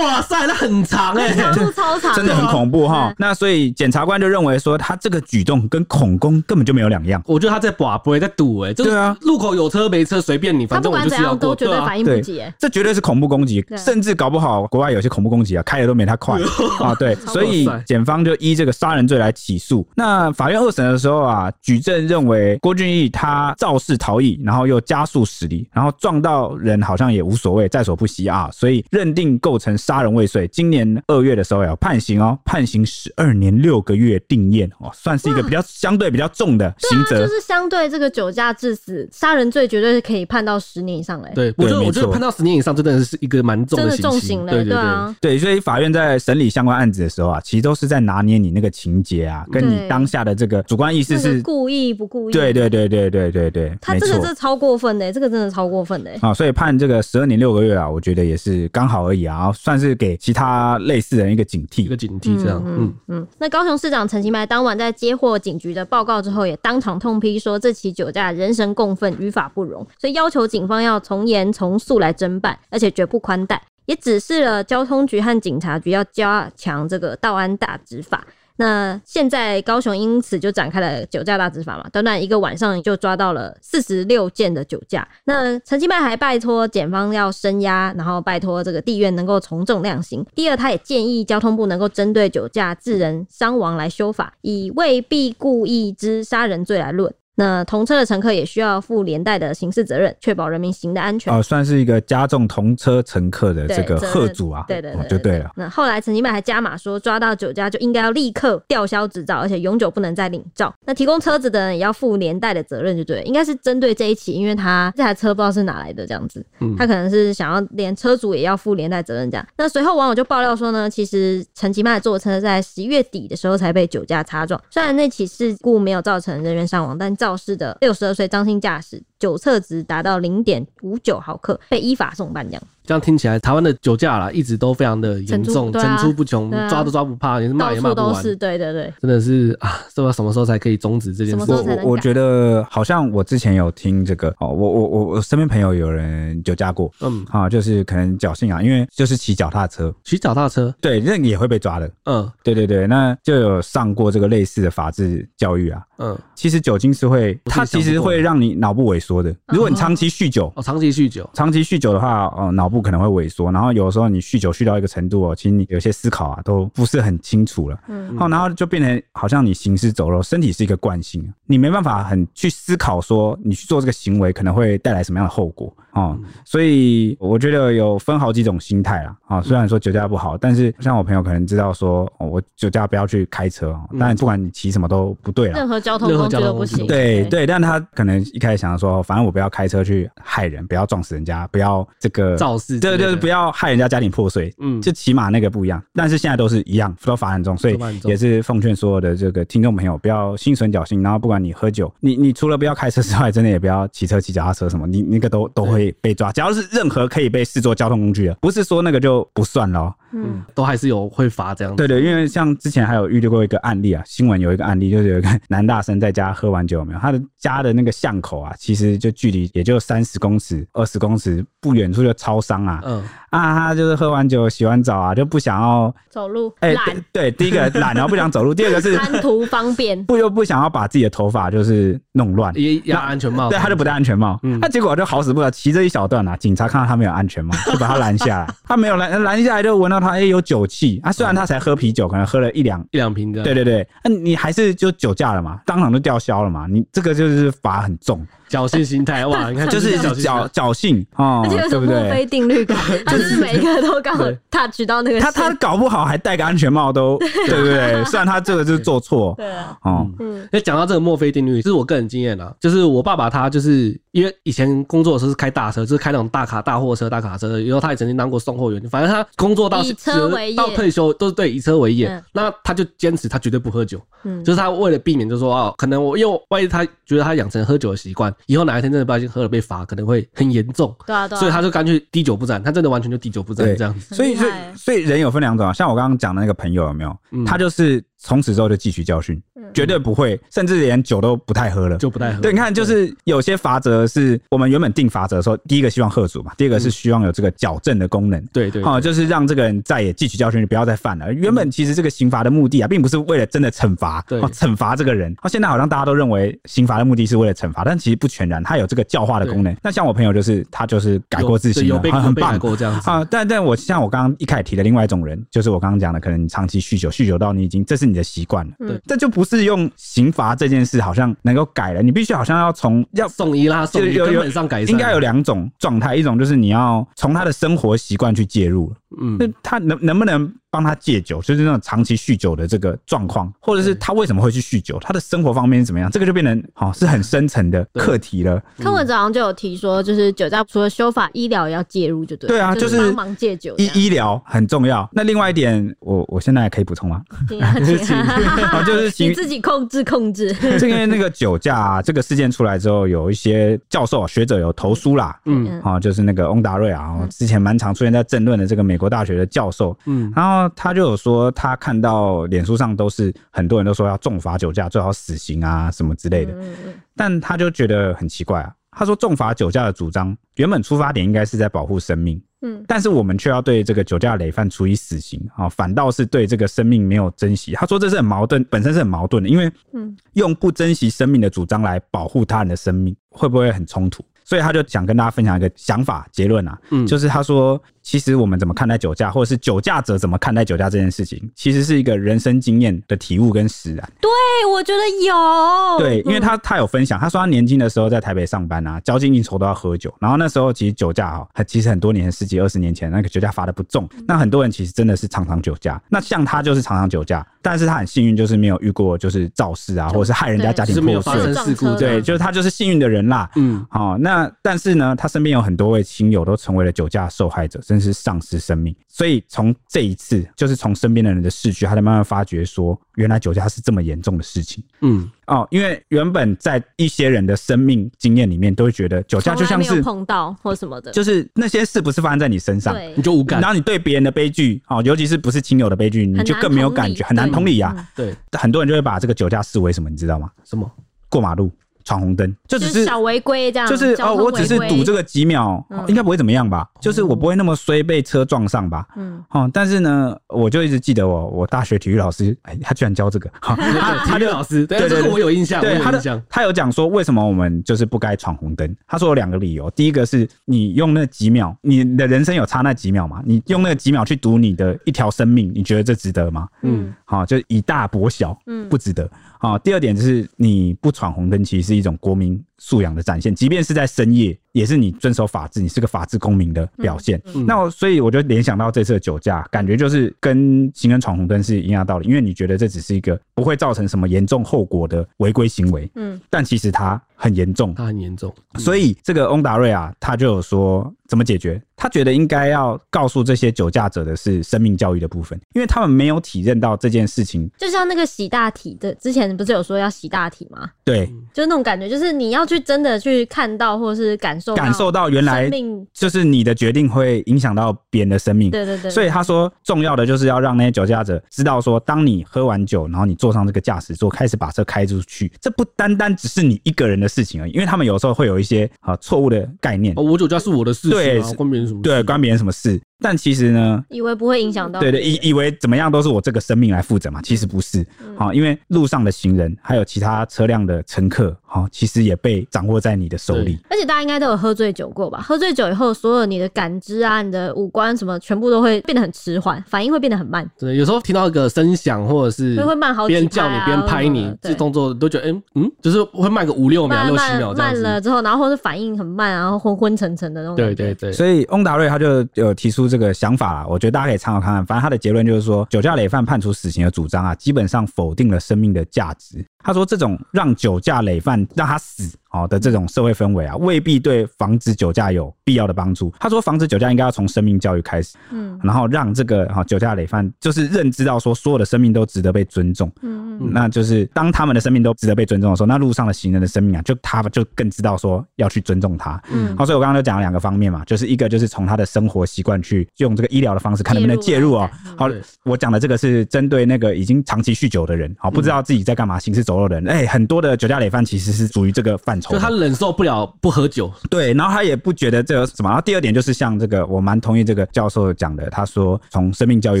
S3: 哇塞，那很长哎、
S2: 长度超长，
S1: 真的很恐怖哈
S2: 嗯。
S1: 那所以检察官就认为说，他这个举动跟恐攻根本就没有两样。
S3: 我觉得他在把不会在赌哎、就是
S1: 对啊
S3: 路口有车没车随便你，
S2: 他
S3: 反
S2: 不
S3: 正我
S2: 管
S3: 就
S2: 怎
S3: 是要
S2: 样都
S3: 过。
S2: 绝
S3: 对
S2: 对
S3: 啊，
S2: 反应不
S1: 对
S2: 及，哎，
S1: 这绝对是恐怖攻击
S2: 对，
S1: 甚至搞不好国外有些恐怖攻击啊，开的都没他快啊。对，所以
S3: 哇塞
S1: 检方就依这个杀人罪来起诉。那法院二审的时候啊，举证认为郭俊义他肇事逃逸，然后又加速驶离，然后撞到人好像也无所谓，在所不惜啊，所以认定构成杀人未遂。今年二月的时候有判刑哦，判刑十二年六个月定谳哦，算是一个比较相对比较重的刑责。
S2: 就是相对这个酒驾致死、杀人罪，绝对是可以判到十年以上，哎，
S3: 对，我觉得
S1: 对
S3: 我觉
S1: 没
S3: 得
S1: 错
S3: 判到十年以上，真的是一个蛮重
S2: 真
S3: 的
S2: 的
S3: 刑
S2: 重
S3: 期。
S2: 刑
S3: 对
S2: 嘞，
S3: 对
S2: 对
S3: 对。
S2: 啊，
S1: 对，所以法院在审理相关案子的时候啊，其实都是在拿捏你那个情节啊，跟你
S2: 对
S1: 当下的这个主观意识
S2: 那
S1: 是
S2: 个，故意不故意？
S1: 对对对对对对对，
S2: 他
S1: 没
S2: 这个
S1: 错
S2: 真的超过分的、这个真的超过分的、哎
S1: 啊，所以判这个十二年六个月啊，我觉得也是刚好而已啊，算是给其他类似人一个警
S3: 一
S1: 惕
S3: 个。警惕这样，嗯，
S2: 嗯，那高雄市长陈其迈当晚在接获警局的报告之后，也当场痛批说这起酒驾人神共愤，于法不容，所以要求警方要从严从速来侦办，而且绝不宽待，也指示了交通局和警察局要加强这个道安大执法。那现在高雄因此就展开了酒驾大执法嘛，短短一个晚上就抓到了四十六件的酒驾。那陈其迈还拜托检方要深压，然后拜托这个地院能够从重量刑。第二，他也建议交通部能够针对酒驾致人伤亡来修法，以未必故意之杀人罪来论。那同车的乘客也需要负连带的刑事责任，确保人民行的安全。
S1: 啊，算是一个加重同车乘客的这
S2: 对
S1: 个
S2: 责任
S1: 贺主啊，
S2: 对对
S1: 哦
S2: 对，
S1: 就对了。。
S2: 那后来陈其迈还加码说，抓到酒驾就应该要立刻吊销执照，而且永久不能再领照。那提供车子的人也要负连带的责任，就对了，应该是针对这一起，因为他这台车不知道是哪来的这样子，
S1: 嗯
S2: 他可能是想要连车主也要负连带责任这样。那随后网友就爆料说呢，其实陈其迈坐车在十一月底的时候才被酒驾擦撞，虽然那起事故没有造成人员伤亡，但肇事的六十二岁张姓驾驶酒测值达到零点五九毫克，被依法送办这样。
S3: 这样听起来，台湾的酒驾啦，一直都非常的严
S2: 层出
S3: 重，
S2: 对
S3: 层
S2: 啊
S3: 出不穷
S2: 对，啊
S3: 抓都抓不怕，也是骂
S2: 到
S3: 也骂
S2: 处
S3: 不
S2: 都
S3: 完，
S2: 是，对对对，
S3: 真的是啊，不知道什么时候才可以终止这件
S2: 什么时
S3: 事
S2: 候
S1: 我
S2: 都才
S1: 我
S2: 能
S1: 我
S2: 改
S1: 觉得好像我之前有听这个哦，我我我我身边朋友有人酒驾过
S3: 嗯，
S1: 啊，就是可能侥幸啊，因为就是骑脚踏车，
S3: 骑脚踏车，
S1: 对，那也会被抓的。
S3: 嗯
S1: 对对对，那就有上过这个类似的法治教育啊。
S3: 嗯，
S1: 其实酒精是会，
S3: 我自己
S1: 它其
S3: 想
S1: 实
S3: 不过
S1: 会
S3: 来
S1: 让你脑部萎缩的。如果你长期酗酒，
S3: 哦，长期酗酒，
S1: 长期酗酒的话，呃，脑部可能会萎缩，然后有时候你酗酒酗到一个程度哦，其实你有些思考啊都不是很清楚了。
S2: 嗯
S1: 好，哦然后就变成好像你行尸走肉，身体是一个惯性，啊你没办法很去思考说你去做这个行为可能会带来什么样的后果哦。
S3: 嗯
S1: 所以我觉得有分好几种心态啦啊、哦。虽然说酒驾不好，但是像我朋友可能知道说，哦、我酒驾不要去开车
S3: 嗯
S1: 哦，当然不管你骑什么都不对啦。
S2: 任何交通工具都不行。
S3: 任何交通工具
S1: 对，对，但他可能一开始想说，后反正我不要开车去害人，不要撞死人家，不要这个
S3: 肇事之
S1: 对
S3: 类的
S1: 对，对不要害人家家庭破碎。
S3: 嗯，
S1: 就起码那个不一样，但是现在都是一样，都罚很重，所以
S3: 都罚很重
S1: 也是奉劝所有的这个听众朋友不要心存侥幸，然后不管你喝酒，你你除了不要开车之外，真的也不要骑车、骑脚踏车什么，你你那个都都会被抓。只要是任何可以被视作交通工具的，不是说那个就不算咯。
S2: 嗯，
S3: 都还是有会罚这样子。
S1: 对对，因为像之前还有遇到过一个案例啊，新闻有一个案例，就是有一个男大生在家喝完酒有没有，他的家的那个巷口啊，其实就距离也就三十公尺、二十公尺不远处就超商啊，
S3: 嗯，
S1: 啊，他就是喝完酒、洗完澡啊，就不想要
S2: 走路
S1: 哎、
S2: 懒，
S1: 对，对第一个懒，然后不想走路；第二个是
S2: 贪图方
S1: *laughs*
S2: 便，
S1: 不又不想要把自己的头发就是弄乱，
S3: 也也要安全帽。
S1: 对，他就不戴安全帽。
S3: 哦嗯
S1: 那、结果就好死不了，骑这一小段啊，警察看到他没有安全帽，就把他拦下来。他没有拦，拦下来就闻到他哎、有酒气啊，虽然他才喝啤酒，可能喝了一两。
S3: 一两瓶的。
S1: 对，对对，那、你还是就酒驾了嘛，当场就吊销了嘛，你这个就是罚很重，
S3: 侥幸心态哇，你看
S1: 就是
S3: 侥幸心啊态
S1: 侥侥幸哦
S2: 而且有，
S1: 对
S2: 种
S1: 不
S2: 墨
S1: 对？
S2: 菲定律感， *laughs* 他就是每一个都刚好 touch 到那个
S1: 他他
S2: 线
S1: 搞不好还戴个安全帽都，对不
S2: *laughs*
S1: 对？虽然他这个就是做错
S2: 对啊，
S1: 哦，
S2: 嗯
S3: 哎那讲到这个墨菲定律，这是我个人经验啦、就是我爸爸他就是因为以前工作的时候是开大车，就是开那种大卡、大货车、大卡车的，以后他也曾经当过送货员，反正他工作到
S2: 以车为业
S3: 到退休都是对以车为业，
S2: 嗯
S3: 那他就坚持他绝对不喝酒，
S2: 嗯，
S3: 就是他为了避免就是说哦，可能我因为万一他觉得他养成喝酒的习惯，以后哪一天真的不小心喝了被罚，可能会很严重，
S2: 对啊对啊，
S3: 所以他就干脆滴酒不沾，他真的完全就滴酒不沾
S1: 对
S3: 这样子，
S1: 所以，
S2: 很
S1: 所
S2: 厉
S1: 以
S2: 害，
S1: 所以人有分两种啊，像我刚刚讲的那个朋友有没有？
S3: 嗯
S1: 他就是从此之后就汲取教训，
S2: 嗯
S1: 绝对不会，甚至连酒都不太喝了。
S3: 就不太喝。
S1: 对，你看，就是有些法则是我们原本定法则的时候，第一个希望喝阻嘛，第二个是希望有这个矫正的功能。
S3: 嗯对对，
S1: 哦，就是让这个人再也汲取教训，不要再犯了。原本其实这个刑罚的目的啊，并不是为了真的惩罚，
S3: 对
S1: 哦，惩罚这个人。哦，现在好像大家都认为刑罚的目的是为了惩罚，但其实不全然，它有这个教化的功能。那像我朋友就是他就是改过自
S3: 有对
S1: 新
S3: 有
S1: 了，
S3: 被
S1: 很很
S3: 被改
S1: 棒，
S3: 过这样子。
S1: 啊，但但我像我刚刚一开始提的另外一种人，就是我刚刚讲的，可能你长期酗酒，酗酒到你已经这是你的习惯了，
S2: 嗯
S1: 这就不是用刑罚这件事好像能够改了，你必须好像要从要
S3: 送医啦，送
S1: 就
S3: 医
S1: 有
S3: 根
S1: 有
S3: 本上改善，
S1: 应该有两种状态，一种就是你要从他的生活习惯去介入了，
S3: 嗯
S1: 那他能能不能帮他戒酒，就是那种长期酗酒的这个状况，或者是他为什么会去酗酒，他的生活方面是怎么样，这个就变成好、是很深层的
S3: 对
S1: 课题了。
S2: 柯文哲好像就有提说，就是酒驾除了修法，医疗也要介入，就对了。
S1: 对啊
S2: 就是
S1: 就是
S2: 帮忙戒酒这
S1: 医
S2: 样。 *laughs*
S1: 医疗很重要，那另外一点，我我现在可以补充吗？
S2: 请
S1: *laughs*
S2: 啊请啊
S1: 哦就是请
S2: 你自己控制控制。
S1: 这个那个酒驾、啊、这个事件出来之后，有一些教授学者有投书啦。
S3: 嗯
S1: 啊、就是那个翁达瑞啊，之前蛮常出现在政论的这个美国大学的教授，
S3: 嗯，
S1: 然后他就有说，他看到脸书上都是很多人都说要重罚酒驾，最好死刑啊什么之类的，
S2: 嗯嗯
S1: 但他就觉得很奇怪啊。他说重罚酒驾的主张原本出发点应该是在保护生命，
S2: 嗯
S1: 但是我们却要对这个酒驾累犯处以死刑啊、反倒是对这个生命没有珍惜。他说这是很矛盾，本身是很矛盾的，因为
S2: 嗯
S1: 用不珍惜生命的主张来保护他人的生命，会不会很冲突？所以他就想跟大家分享一个想法结论啊，
S3: 嗯
S1: 就是他说，其实我们怎么看待酒驾，或者是酒驾者怎么看待酒驾这件事情，其实是一个人生经验的体悟跟实然。
S2: 哎，我觉得有。嗯
S1: 对，因为他他有分享，他说他年轻的时候在台北上班啊，交际应酬都要喝酒，然后那时候其实酒驾哈、其实很多年十几二十年前那个酒驾罚的不重，那很多人其实真的是常常酒驾，那像他就是常常酒驾，但是他很幸运就是没有遇过就是肇事啊，或者是害人家家庭
S3: 就是没有
S1: 破
S3: 发
S1: 碎
S3: 生，事啊故，
S1: 对，就是他就是幸运的人啦。
S3: 嗯
S1: 好、那但是呢，他身边有很多位亲友都成为了酒驾受害者，甚至丧失生命。所以从这一次，就是从身边的人的逝去，他才慢慢发觉说，原来酒驾是这么严重的事情。
S3: 嗯，
S1: 哦，因为原本在一些人的生命经验里面，都会觉得酒驾就像
S2: 从来没有
S1: 是，
S2: 碰到或什么的，
S1: 就是那些事不是发生在你身上，
S2: 对
S3: 你，就无
S1: 然
S3: 感，
S1: 后你对别人的悲剧，哦，尤其是不是亲友的悲剧，你
S2: 很
S1: 就
S2: 难
S1: 更没有
S2: 同
S1: 感
S2: 理
S1: 觉，很难
S2: 对嗯
S1: 同理啊呀、
S3: 对，
S1: 很多人就会把这个酒驾视为什么，你知道吗？
S3: 什 *laughs* 么
S1: 过马路、闯红灯，就
S2: 就
S1: 只
S2: 是
S1: 是
S2: 小违规这样，
S1: 就是
S2: 交
S1: 哦，
S2: 通
S1: 我只是
S2: 违规
S1: 赌这，个几秒，
S2: 嗯
S1: 应该不会怎么样吧？就是我不会那么衰被车撞上吧？
S2: 嗯，
S1: 哦，但是呢，我就一直记得我我大学体育老师，哎，他居然教这个， *laughs* 哈他
S3: 体
S1: 他
S3: 育
S1: 就
S3: 老师，啊对，
S1: 对对
S3: 这个我有印象，我
S1: 对他
S3: 有印
S1: 的
S3: 象，
S1: 他有讲说为什么我们就是不该闯红灯，他说有两个理由，第一个是你用那几秒，你的人生有差那几秒嘛，你用那几秒去赌你的一条生命，你觉得这值得吗？
S3: 嗯
S1: 好、就以大博小，
S2: 嗯
S1: 不值得。好、第二点就是你不闯红灯，其实是一种国民素养的展现，即便是在深夜，也是你遵守法治，你是个法治公民的表现。
S2: 嗯
S3: 嗯
S1: 那我所以我就联想到这次的酒驾，感觉就是跟行人闯红灯是一样的道理，因为你觉得这只是一个不会造成什么严重后果的违规行为，
S2: 嗯
S1: 但其实它很严重。
S3: 它很严重，
S1: 所以这个翁达瑞啊，他就有说怎么解决？他觉得应该要告诉这些酒驾者的是生命教育的部分，因为他们没有体认到这件事情。
S2: 就像那个洗大体的，之前不是有说要洗大体吗？
S1: 对，
S2: 就是那种感觉，就是你要去真的去看到，或是感受
S1: 感受
S2: 到
S1: 到原来
S2: 生命，
S1: 就是你的决定会影响到别人的生命。
S2: 对对对，
S1: 所以他说，重要的就是要让那些酒驾者知道说，当你喝完酒，然后你坐上这个驾驶座，开始把车开出去，这不单单只是你一个人的事情而已，因为他们有时候会有一些啊错误的概念
S3: 哦，，我酒驾是我的事
S1: 对
S3: 情啊，
S1: 是
S3: 关别人什么事？
S1: 对，关别人什么事？但其实呢，
S2: 以为不会影响到，
S1: 对对，以以为怎么样都是我这个生命来负责
S2: 嗯
S1: 嘛，其实不是。好、因为路上的行人还有其他车辆的乘客，好、其实也被掌握在你的手里。
S2: 而且大家应该都有喝醉酒过吧？喝醉酒以后，所有你的感知啊、你的五官什么，全部都会变得很迟缓，反应会变得很慢。
S3: 真的，有时候听到一个声响，或者是
S2: 会会慢好几拍啊
S3: 边叫你边拍
S2: 或者
S3: 你
S2: 什么，
S3: 这动作都觉得，嗯嗯，就是会慢个五六秒、
S2: 慢
S3: 六七
S2: 慢
S3: 秒这样
S2: 慢了
S3: 子。
S2: 之后，然后或者反应很慢，然后昏昏沉沉的那种感
S3: 对
S2: 觉。
S3: 对对，
S1: 所以翁达瑞他就有提出这个想法啦，我觉得大家可以参考看看。反正他的结论就是说，酒驾累犯判处死刑的主张啊，基本上否定了生命的价值。他说，这种让酒驾累犯让他死哦的这种社会氛围啊，未必对防止酒驾有必要的帮助。他说，防止酒驾应该要从生命教育开始，
S2: 嗯
S1: 然后让这个哈、哦、酒驾累犯就是认知到说，所有的生命都值得被尊重。
S2: 嗯嗯
S3: 嗯
S1: 那就是当他们的生命都值得被尊重的时候，那路上的行人的生命啊，就他们就更知道说要去尊重他。
S2: 嗯
S1: 好，所以我刚刚就讲了两个方面嘛，就是一个就是从他的生活习惯去用这个医疗的方式看能不能介入哦。好
S3: 对，
S1: 我讲的这个是针对那个已经长期酗酒的人，好，不知道自己在干嘛、行尸走肉的人，哎、很多的酒驾累犯其实是属于这个范畴
S3: 就
S1: 的。
S3: 他忍受不了不喝酒，
S1: 对，然后他也不觉得这有什么。然后第二点就是像这个，我蛮同意这个教授讲的，他说从生命教育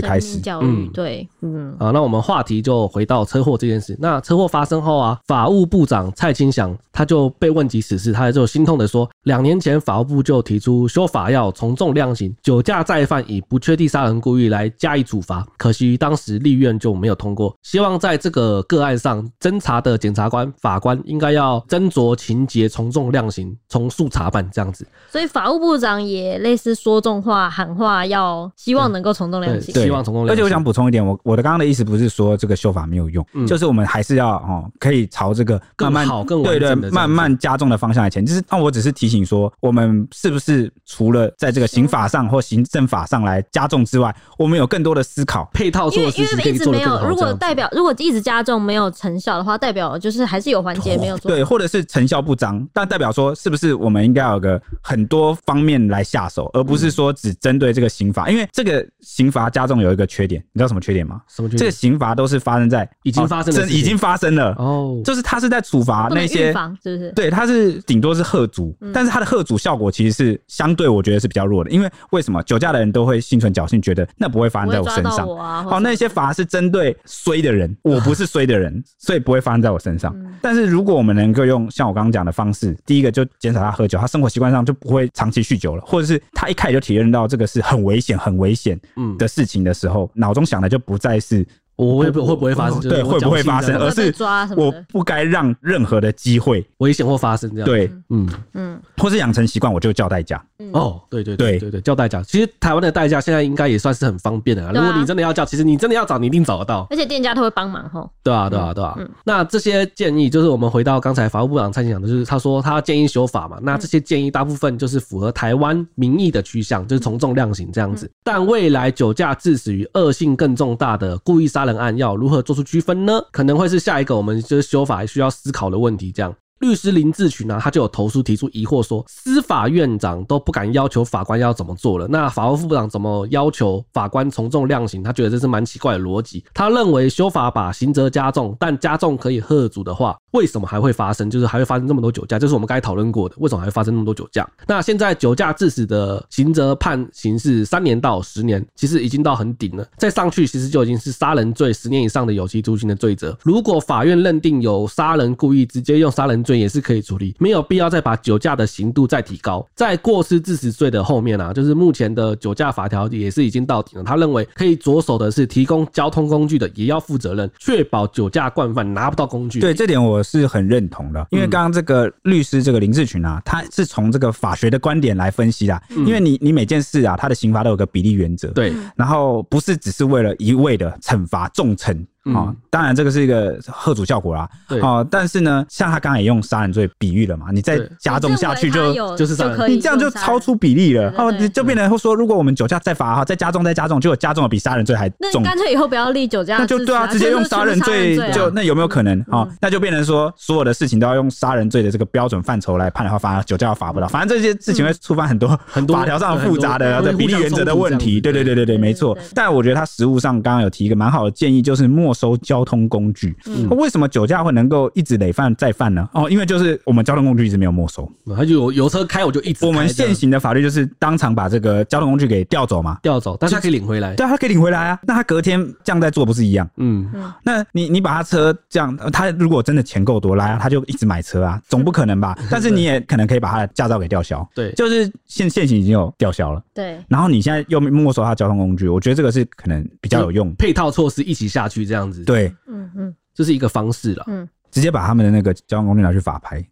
S1: 开
S2: 生
S1: 始
S2: 命，教育
S3: 嗯
S2: 对，嗯
S3: 啊，那我们话题就回到车祸这件事。那车祸发生后啊，法务部长蔡清祥他就被问及此事，他就心痛的说，两年前法务部就提出修法要从重量刑，酒驾再犯以不确定杀人故意来加以处罚，可惜当时立院就没有通过。希望在这个个案上，侦查的检察官、法官应该要斟酌情节，从重量刑，从速查办这样子。
S2: 所以法务部长也类似说重话、喊话，要希望能够从重量刑。
S1: 对
S3: 希望从重量
S1: 而且我
S3: 刑
S1: 想补充一点，我我的刚刚的意思不是说这个修法没有用，
S3: 嗯
S1: 就是我们还是要哦，可以朝这个慢慢
S3: 更好更完
S1: 对
S3: 整的
S1: 对
S3: 这样子
S1: 慢慢加重的方向来前进。就是，那我只是提醒说，我们是不是除了在这个刑法上或行政法上来加重之外，我们有更多的思考？
S3: 配套
S2: 因
S3: 措
S2: 为
S3: 施
S2: 因
S3: 其实
S2: 为
S3: 可以
S2: 一直
S3: 做得
S2: 没
S3: 更好
S2: 有，如
S3: 这
S2: 果
S3: 样子
S2: 代表如果一直加重没有成效的话，代表就是还是有环节没有做。
S1: 哦对，或者是成效不彰，但代表说是不是我们应该有个很多方面来下手，而不
S3: 嗯
S1: 是说只针对这个刑罚，因为这个刑罚加重有一个缺点，你知道什么缺点吗？
S3: 什么
S1: 这个刑罚都是发生在
S3: 已经发生
S1: 哦
S3: 的
S1: 真
S3: 事情
S1: 已经发生了，
S3: 哦，
S1: 就是他是在处罚
S2: 不能
S1: 那
S2: 预
S1: 些，
S2: 防嗯是不是？
S1: 对，他是顶多是贺阻，但是他的贺阻效果其实是相对我觉得是比较弱的，因为为什么酒驾的人都会心存侥幸，觉得那不会发
S2: 不
S1: 生在
S2: 会
S1: 我
S2: 抓
S1: 身
S2: 到
S1: 上。
S2: 我啊！或
S1: 好，
S2: 者
S1: 那些罚是针对衰的人，我不是衰的人，所以不会发生在我身上。
S2: 嗯
S1: 但是如果我们能够用像我刚刚讲的方式，第一个就减少他喝酒，他生活习惯上就不会长期酗酒了，或者是他一开始就体验到这个是很危险、很危险
S3: 嗯
S1: 的事情的时候，脑中想的就不再是
S3: 我会不会不会发生？就是
S1: 哦对
S3: 我
S1: 会不会
S3: 侥幸
S1: 发生
S3: 这样
S1: 而
S2: 会
S1: 是
S2: 被抓什么
S1: 我
S2: 的，
S1: 不该让任何的机会，
S3: 危险或发生这样。，
S1: 对，
S3: 嗯，
S2: 嗯
S1: 或是养成习惯，我就叫代驾。
S2: 嗯，
S3: 哦，对对
S1: 对
S3: 对对，叫代驾。其实台湾的代驾现在应该也算是很方便的啦。
S2: 对
S3: 如
S2: 啊
S3: 果你真的要叫，其实你真的要找，你一定找得到。
S2: 而且店家都会帮忙吼。
S3: 对啊，对啊，对啊。
S2: 嗯
S3: 那这些建议就是我们回到刚才法务部长蔡清讲的，就是他说他建议修法
S2: 嗯
S3: 嘛。那这些建议大部分就是符合台湾民意的趋向，就是从重量刑这样
S2: 嗯
S3: 子。但未来酒驾致死于恶性更重大的故意杀人案，要如何做出区分呢？可能会是下一个我们就是修法需要思考的问题。这样，律师林志群呢、啊他就有投诉提出疑惑说，司法院长都不敢要求法官要怎么做了，那法务部长怎么要求法官从重量刑？他觉得这是蛮奇怪的逻辑。他认为修法把刑责加重，但加重可以喝阻的话，为什么还会发生？就是还会发生这么多酒驾？这是我们刚才讨论过的，为什么还会发生那么多酒驾？那现在酒驾致死的刑责判刑是三年到十年，其实已经到很顶了，再上去其实就已经是杀人罪十年以上的有期徒刑的罪责。如果法院认定有杀人故意，直接用杀人罪。罪也是可以处理，没有必要再把酒驾的刑度再提高。在过失致死罪的后面啊，就是目前的酒驾法条也是已经到顶了。他认为可以着手的是提供交通工具的也要负责任，确保酒驾惯犯拿不到工具。
S1: 对这点我是很认同
S3: 嗯
S1: 的，因为刚刚这个律师这个林志群啊，他是从这个法学的观点来分析啦，因为你你每件事啊，它的刑罚都有个比例原则，
S3: 嗯对，
S2: 嗯
S1: 然后不是只是为了一味的惩罚重惩啊、哦
S3: 嗯
S1: 当然这个是一个贺主效果啦，
S3: 对
S1: 哦，但是呢，像他刚才也用杀人罪比喻了嘛，你再
S3: 对
S1: 加重下去就。
S3: 就是这样
S2: 可以
S1: 你这样就
S2: 用杀人
S1: 超出比例了，
S2: 对对
S1: 哦，
S2: 对
S1: 你就变成说，如果我们酒驾再罚哈，再加重再加重，结果加重的比杀人罪还
S2: 那
S1: 重，
S2: 干脆以后不要立酒驾
S1: 那
S2: 的
S1: 就
S2: 制
S1: 对
S2: 裁
S1: 啊，
S2: 啊，
S1: 直接用杀人罪
S2: 就是
S1: 就
S2: 啊
S1: 那有没有可能啊？那就变成说所有的事情都要用杀人罪的这个标准范畴来判的话，反而酒驾要罚不到。反正这些事情会触犯很多
S3: 很多
S1: 法条上复杂的
S3: 很多
S1: 的比例原则的问题。
S3: 互相冲突
S1: 对对对对对，
S2: 对
S1: 没错
S2: 对对。
S1: 但我觉得他实务上刚刚有提一个蛮好的建议，就是没收交通工具。
S2: 嗯
S1: 那为什么酒驾会能够一直累犯再犯呢？哦，因为就是我们交通工具一直没有没收，
S3: 嗯他就有油车开，我就一直
S1: 我们
S3: 开这样
S1: 现行的法律就是当场把这个交通工具给调走嘛。
S3: 调走，但是他可以领回来。
S1: 对啊，他可以领回来啊，那他隔天这样再做不是一样？
S3: 嗯，
S1: 那你你把他车这样，呃他如果真的钱够多来啊，他就一直买车啊，总不可能吧？但是你也可能可以把他的驾照给吊销，
S3: 对，
S1: 就是现现行已经有吊销了，
S2: 对
S1: 然后你现在又没收他的交通工具，我觉得这个是可能比较有用，
S3: 配套措施一起下去，这样子，，
S1: 对，
S2: 嗯嗯
S3: 这是一个方式啦。
S2: 嗯，
S1: 直接把他们的那个交通工具拿去法拍，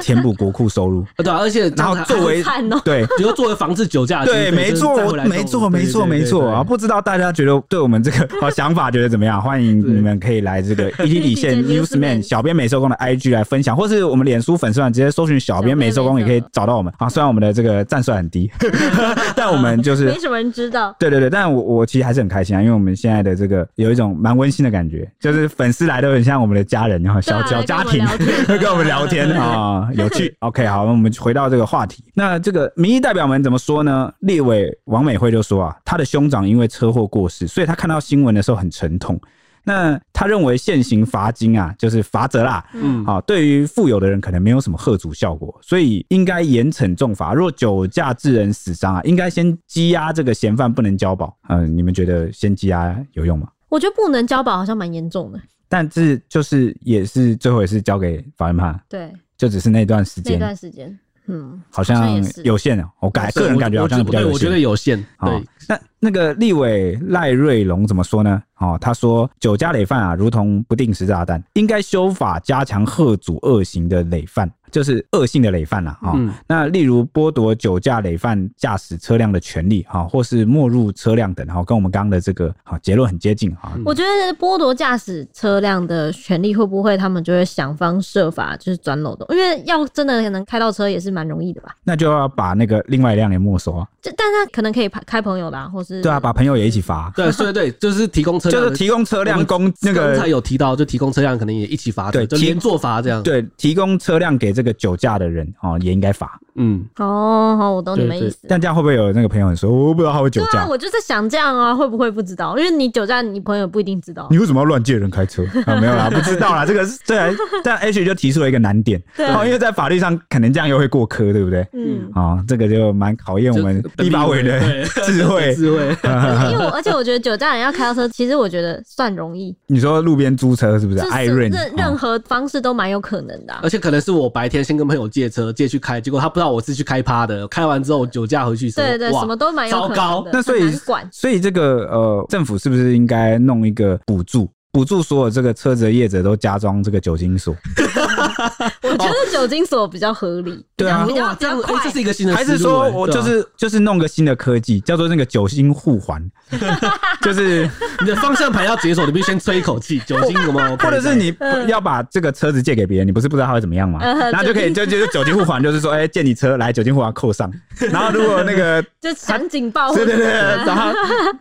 S1: 填补国库收入，
S3: 啊，对啊，而且这
S1: 然
S3: 样
S1: 后
S3: 才
S1: 作为
S2: 好惨哦
S1: 对。
S3: *laughs* 比如说作为防治酒驾，
S1: 对，没错，
S3: 就是再回来
S1: 没错，
S3: 动
S1: 没错，没错啊！，不知道大家觉得对我们这个 *laughs* 好想法觉得怎么样？欢迎
S3: 对
S1: 你们可以来这
S3: *laughs*
S1: 个一 d 底线
S2: 一地底线
S1: Newsman
S2: Newsman
S1: 小编没收工的 IG 来分享，或是我们脸书粉丝团直接搜寻小编没收工也可以找到我们啊。虽然我们的这个战术很低， *laughs* 但我们就是
S2: 没。什么人知道，
S1: 对对对，但我我其实还是很开心啊，因为我们现在的这个有一种蛮温馨的感觉，就是粉丝来都很像我们的家人，然后小
S2: 对啊
S1: 小
S2: 来跟
S1: 家
S2: 我们
S1: 庭
S2: 聊天
S1: 会 *laughs* 跟我们聊
S2: *laughs*
S1: 天啊、有趣。OK，好，那我们回到这个话题。那这个民意代表们怎么说呢？立委王美惠就说啊，她的兄长因为车祸过世，所以她看到新闻的时候很沉痛。那她认为现行罚金啊，就是罚则啦，
S3: 对对嗯，
S1: 啊，对于富有的人可能没有什么贺阻效果，所以应该严惩重罚。若酒驾致人死伤啊，应该先羁押这个嫌犯，不能交保。嗯、你们觉得先羁押有用吗？
S2: 我觉得不能交保好像蛮严重的，
S1: 但这就是也是最后也是交给法院判，
S2: 对
S1: 就只是那段时
S2: 那
S1: 间
S2: 段时间，嗯，
S1: 好
S2: 好像
S1: 像
S2: 也是
S1: 有限啊，我感
S3: 对
S1: 个人感觉好像
S3: 我
S1: 比较
S3: 对
S1: 有
S3: 我觉
S1: 限
S3: 得。有限，
S1: 啊、
S3: 对，
S1: 那那个立委赖瑞龙怎么说呢？哦，他说酒驾累犯啊，如同不定时炸弹，应该修法加强贺阻恶行的累犯，就是恶性的累犯啦、啊。哦
S3: 嗯
S1: 那例如剥夺酒驾累犯驾驶车辆的权利啊、或是没入车辆等，哦哈、跟我们刚刚的这个啊、结论很接近啊。
S3: 嗯
S2: 我觉得剥夺驾驶车辆的权利会不会他们就会想方设法就是钻漏洞？因为要真的能开到车也是蛮容易的吧？
S1: 那就要把那个另外一辆也没收啊，
S3: 嗯
S2: 这但他可能可以拍开朋友啦，或是
S1: 对啊，把朋友也一起罚啊、
S3: 对，所以对，就是提供车辆
S1: 就
S3: 的，
S1: 是提供车
S3: 我
S1: 辆
S3: 们
S1: 供那个
S3: 刚才有提到，就提供车辆可能也一起罚，
S1: 对
S3: 就
S1: 提
S3: 连坐罚这样，，
S1: 对提供车辆给这个酒驾的人哦，也应该罚。
S3: 嗯，
S2: 哦，好，我懂你们意思。
S1: 但这样会不会有那个朋友很说，我不知道他会酒
S2: 对
S1: 驾
S2: 啊，？我就在想这样啊，会不会不知道？因为你酒驾，你朋友不一定知道。
S1: 你为什么要乱借人开车？啊，没有啦，不知道啦，这个是对啊。但 H 就提出了一个难点，
S2: 对
S1: 哦，因为在法律上可能这样又会过科，对不对？ *laughs*
S2: 嗯，
S1: 啊、这个就蛮考验我们
S3: 就
S1: 立法委的
S3: 对
S1: *laughs* 智慧。
S3: 智慧， *laughs*
S1: 嗯
S2: 因为我而且我觉得酒驾人要开到车，其实我觉得算容易，
S1: 你说路边租车是不是？
S2: 就是
S1: 艾润
S2: 任任何方式都蛮有可能的啊、
S1: 呃
S3: 而且可能是我白天先跟朋友借车借去开，结果他不知道我是去开趴的，开完之后我酒驾回去说，
S2: 对对，
S3: 哇
S2: 什么都蛮有可
S3: 糟
S2: 能
S3: 糕
S2: 的，
S1: 那所以
S2: 很难管。
S1: 所以这个呃，政府是不是应该弄一个补助？补助所有这个车子的业者都加装这个酒精锁，
S2: 我觉得酒精锁比较合理，
S1: 对啊
S2: 比较
S3: 哇
S2: 比
S3: 这样
S2: 较
S3: 哎
S2: 快
S3: 这。是一个新的思
S1: 还
S3: 路，
S1: 是说
S3: 哎
S1: 我
S3: 对
S1: 就
S3: 啊
S1: 是就是弄个新的科技，叫做那个酒精护环，就是
S3: 你的方向盘要解锁，你必须先吹一口气，酒精有没有？
S1: *laughs* 或者是你要把这个车子借给别人，你不是不知道他会怎么样吗？
S2: 呃
S1: 然后就可以就就就酒精护环，就是说，哎，借你车来，酒精护环扣上。 *laughs* 然后如果那个，
S2: 就响警报，
S1: 对对对，然后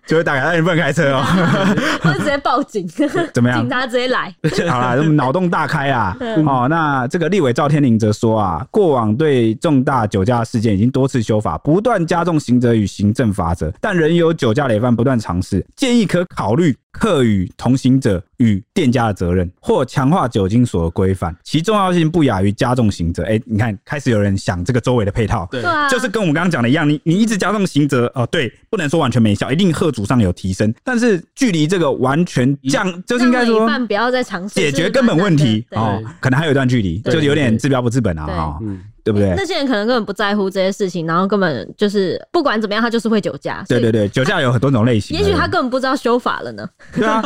S1: 就会打开，哎你不能开车哦。
S2: *laughs* 或者直接报警，
S1: *laughs* 怎么样
S2: 警察直接来，
S1: *laughs* 好啦，那么脑洞大开
S2: *laughs*
S1: 啊！
S2: 嗯
S1: 哦，那这个立委赵天麟则说啊，过往对重大酒驾事件已经多次修法，不断加重刑责与行政罚则，但仍有酒驾累犯不断尝试，建议可考虑课与同行者与店家的责任，或强化酒精所的规范，其重要性不亚于加重刑责。哎、你看，开始有人想这个周围的配套，
S3: 对
S2: 对啊，
S1: 就是跟我们刚刚讲的一样，你你一直加重刑责，哦、对，不能说完全没效，一定贺主上有提升，但是距离这个完全降，就是应该
S2: 让
S1: 说
S2: 嗯每一半不要再尝试
S1: 解决根本问题
S2: 对
S1: 哦
S3: 对，
S1: 可能还有一段距离，
S2: 对
S1: 就是有点治标不治本啊，
S2: 对
S1: 哈，
S3: 嗯，
S1: 对不对？
S2: 那些人可能根本不在乎这些事情，然后根本就是不管怎么样，他就是会酒驾。
S1: 对对
S2: 对，
S1: 对，酒驾有很多种类型，
S2: 也许
S1: 对不对
S2: 他根本不知道修法了呢。
S1: 对
S2: *laughs*
S1: 啊，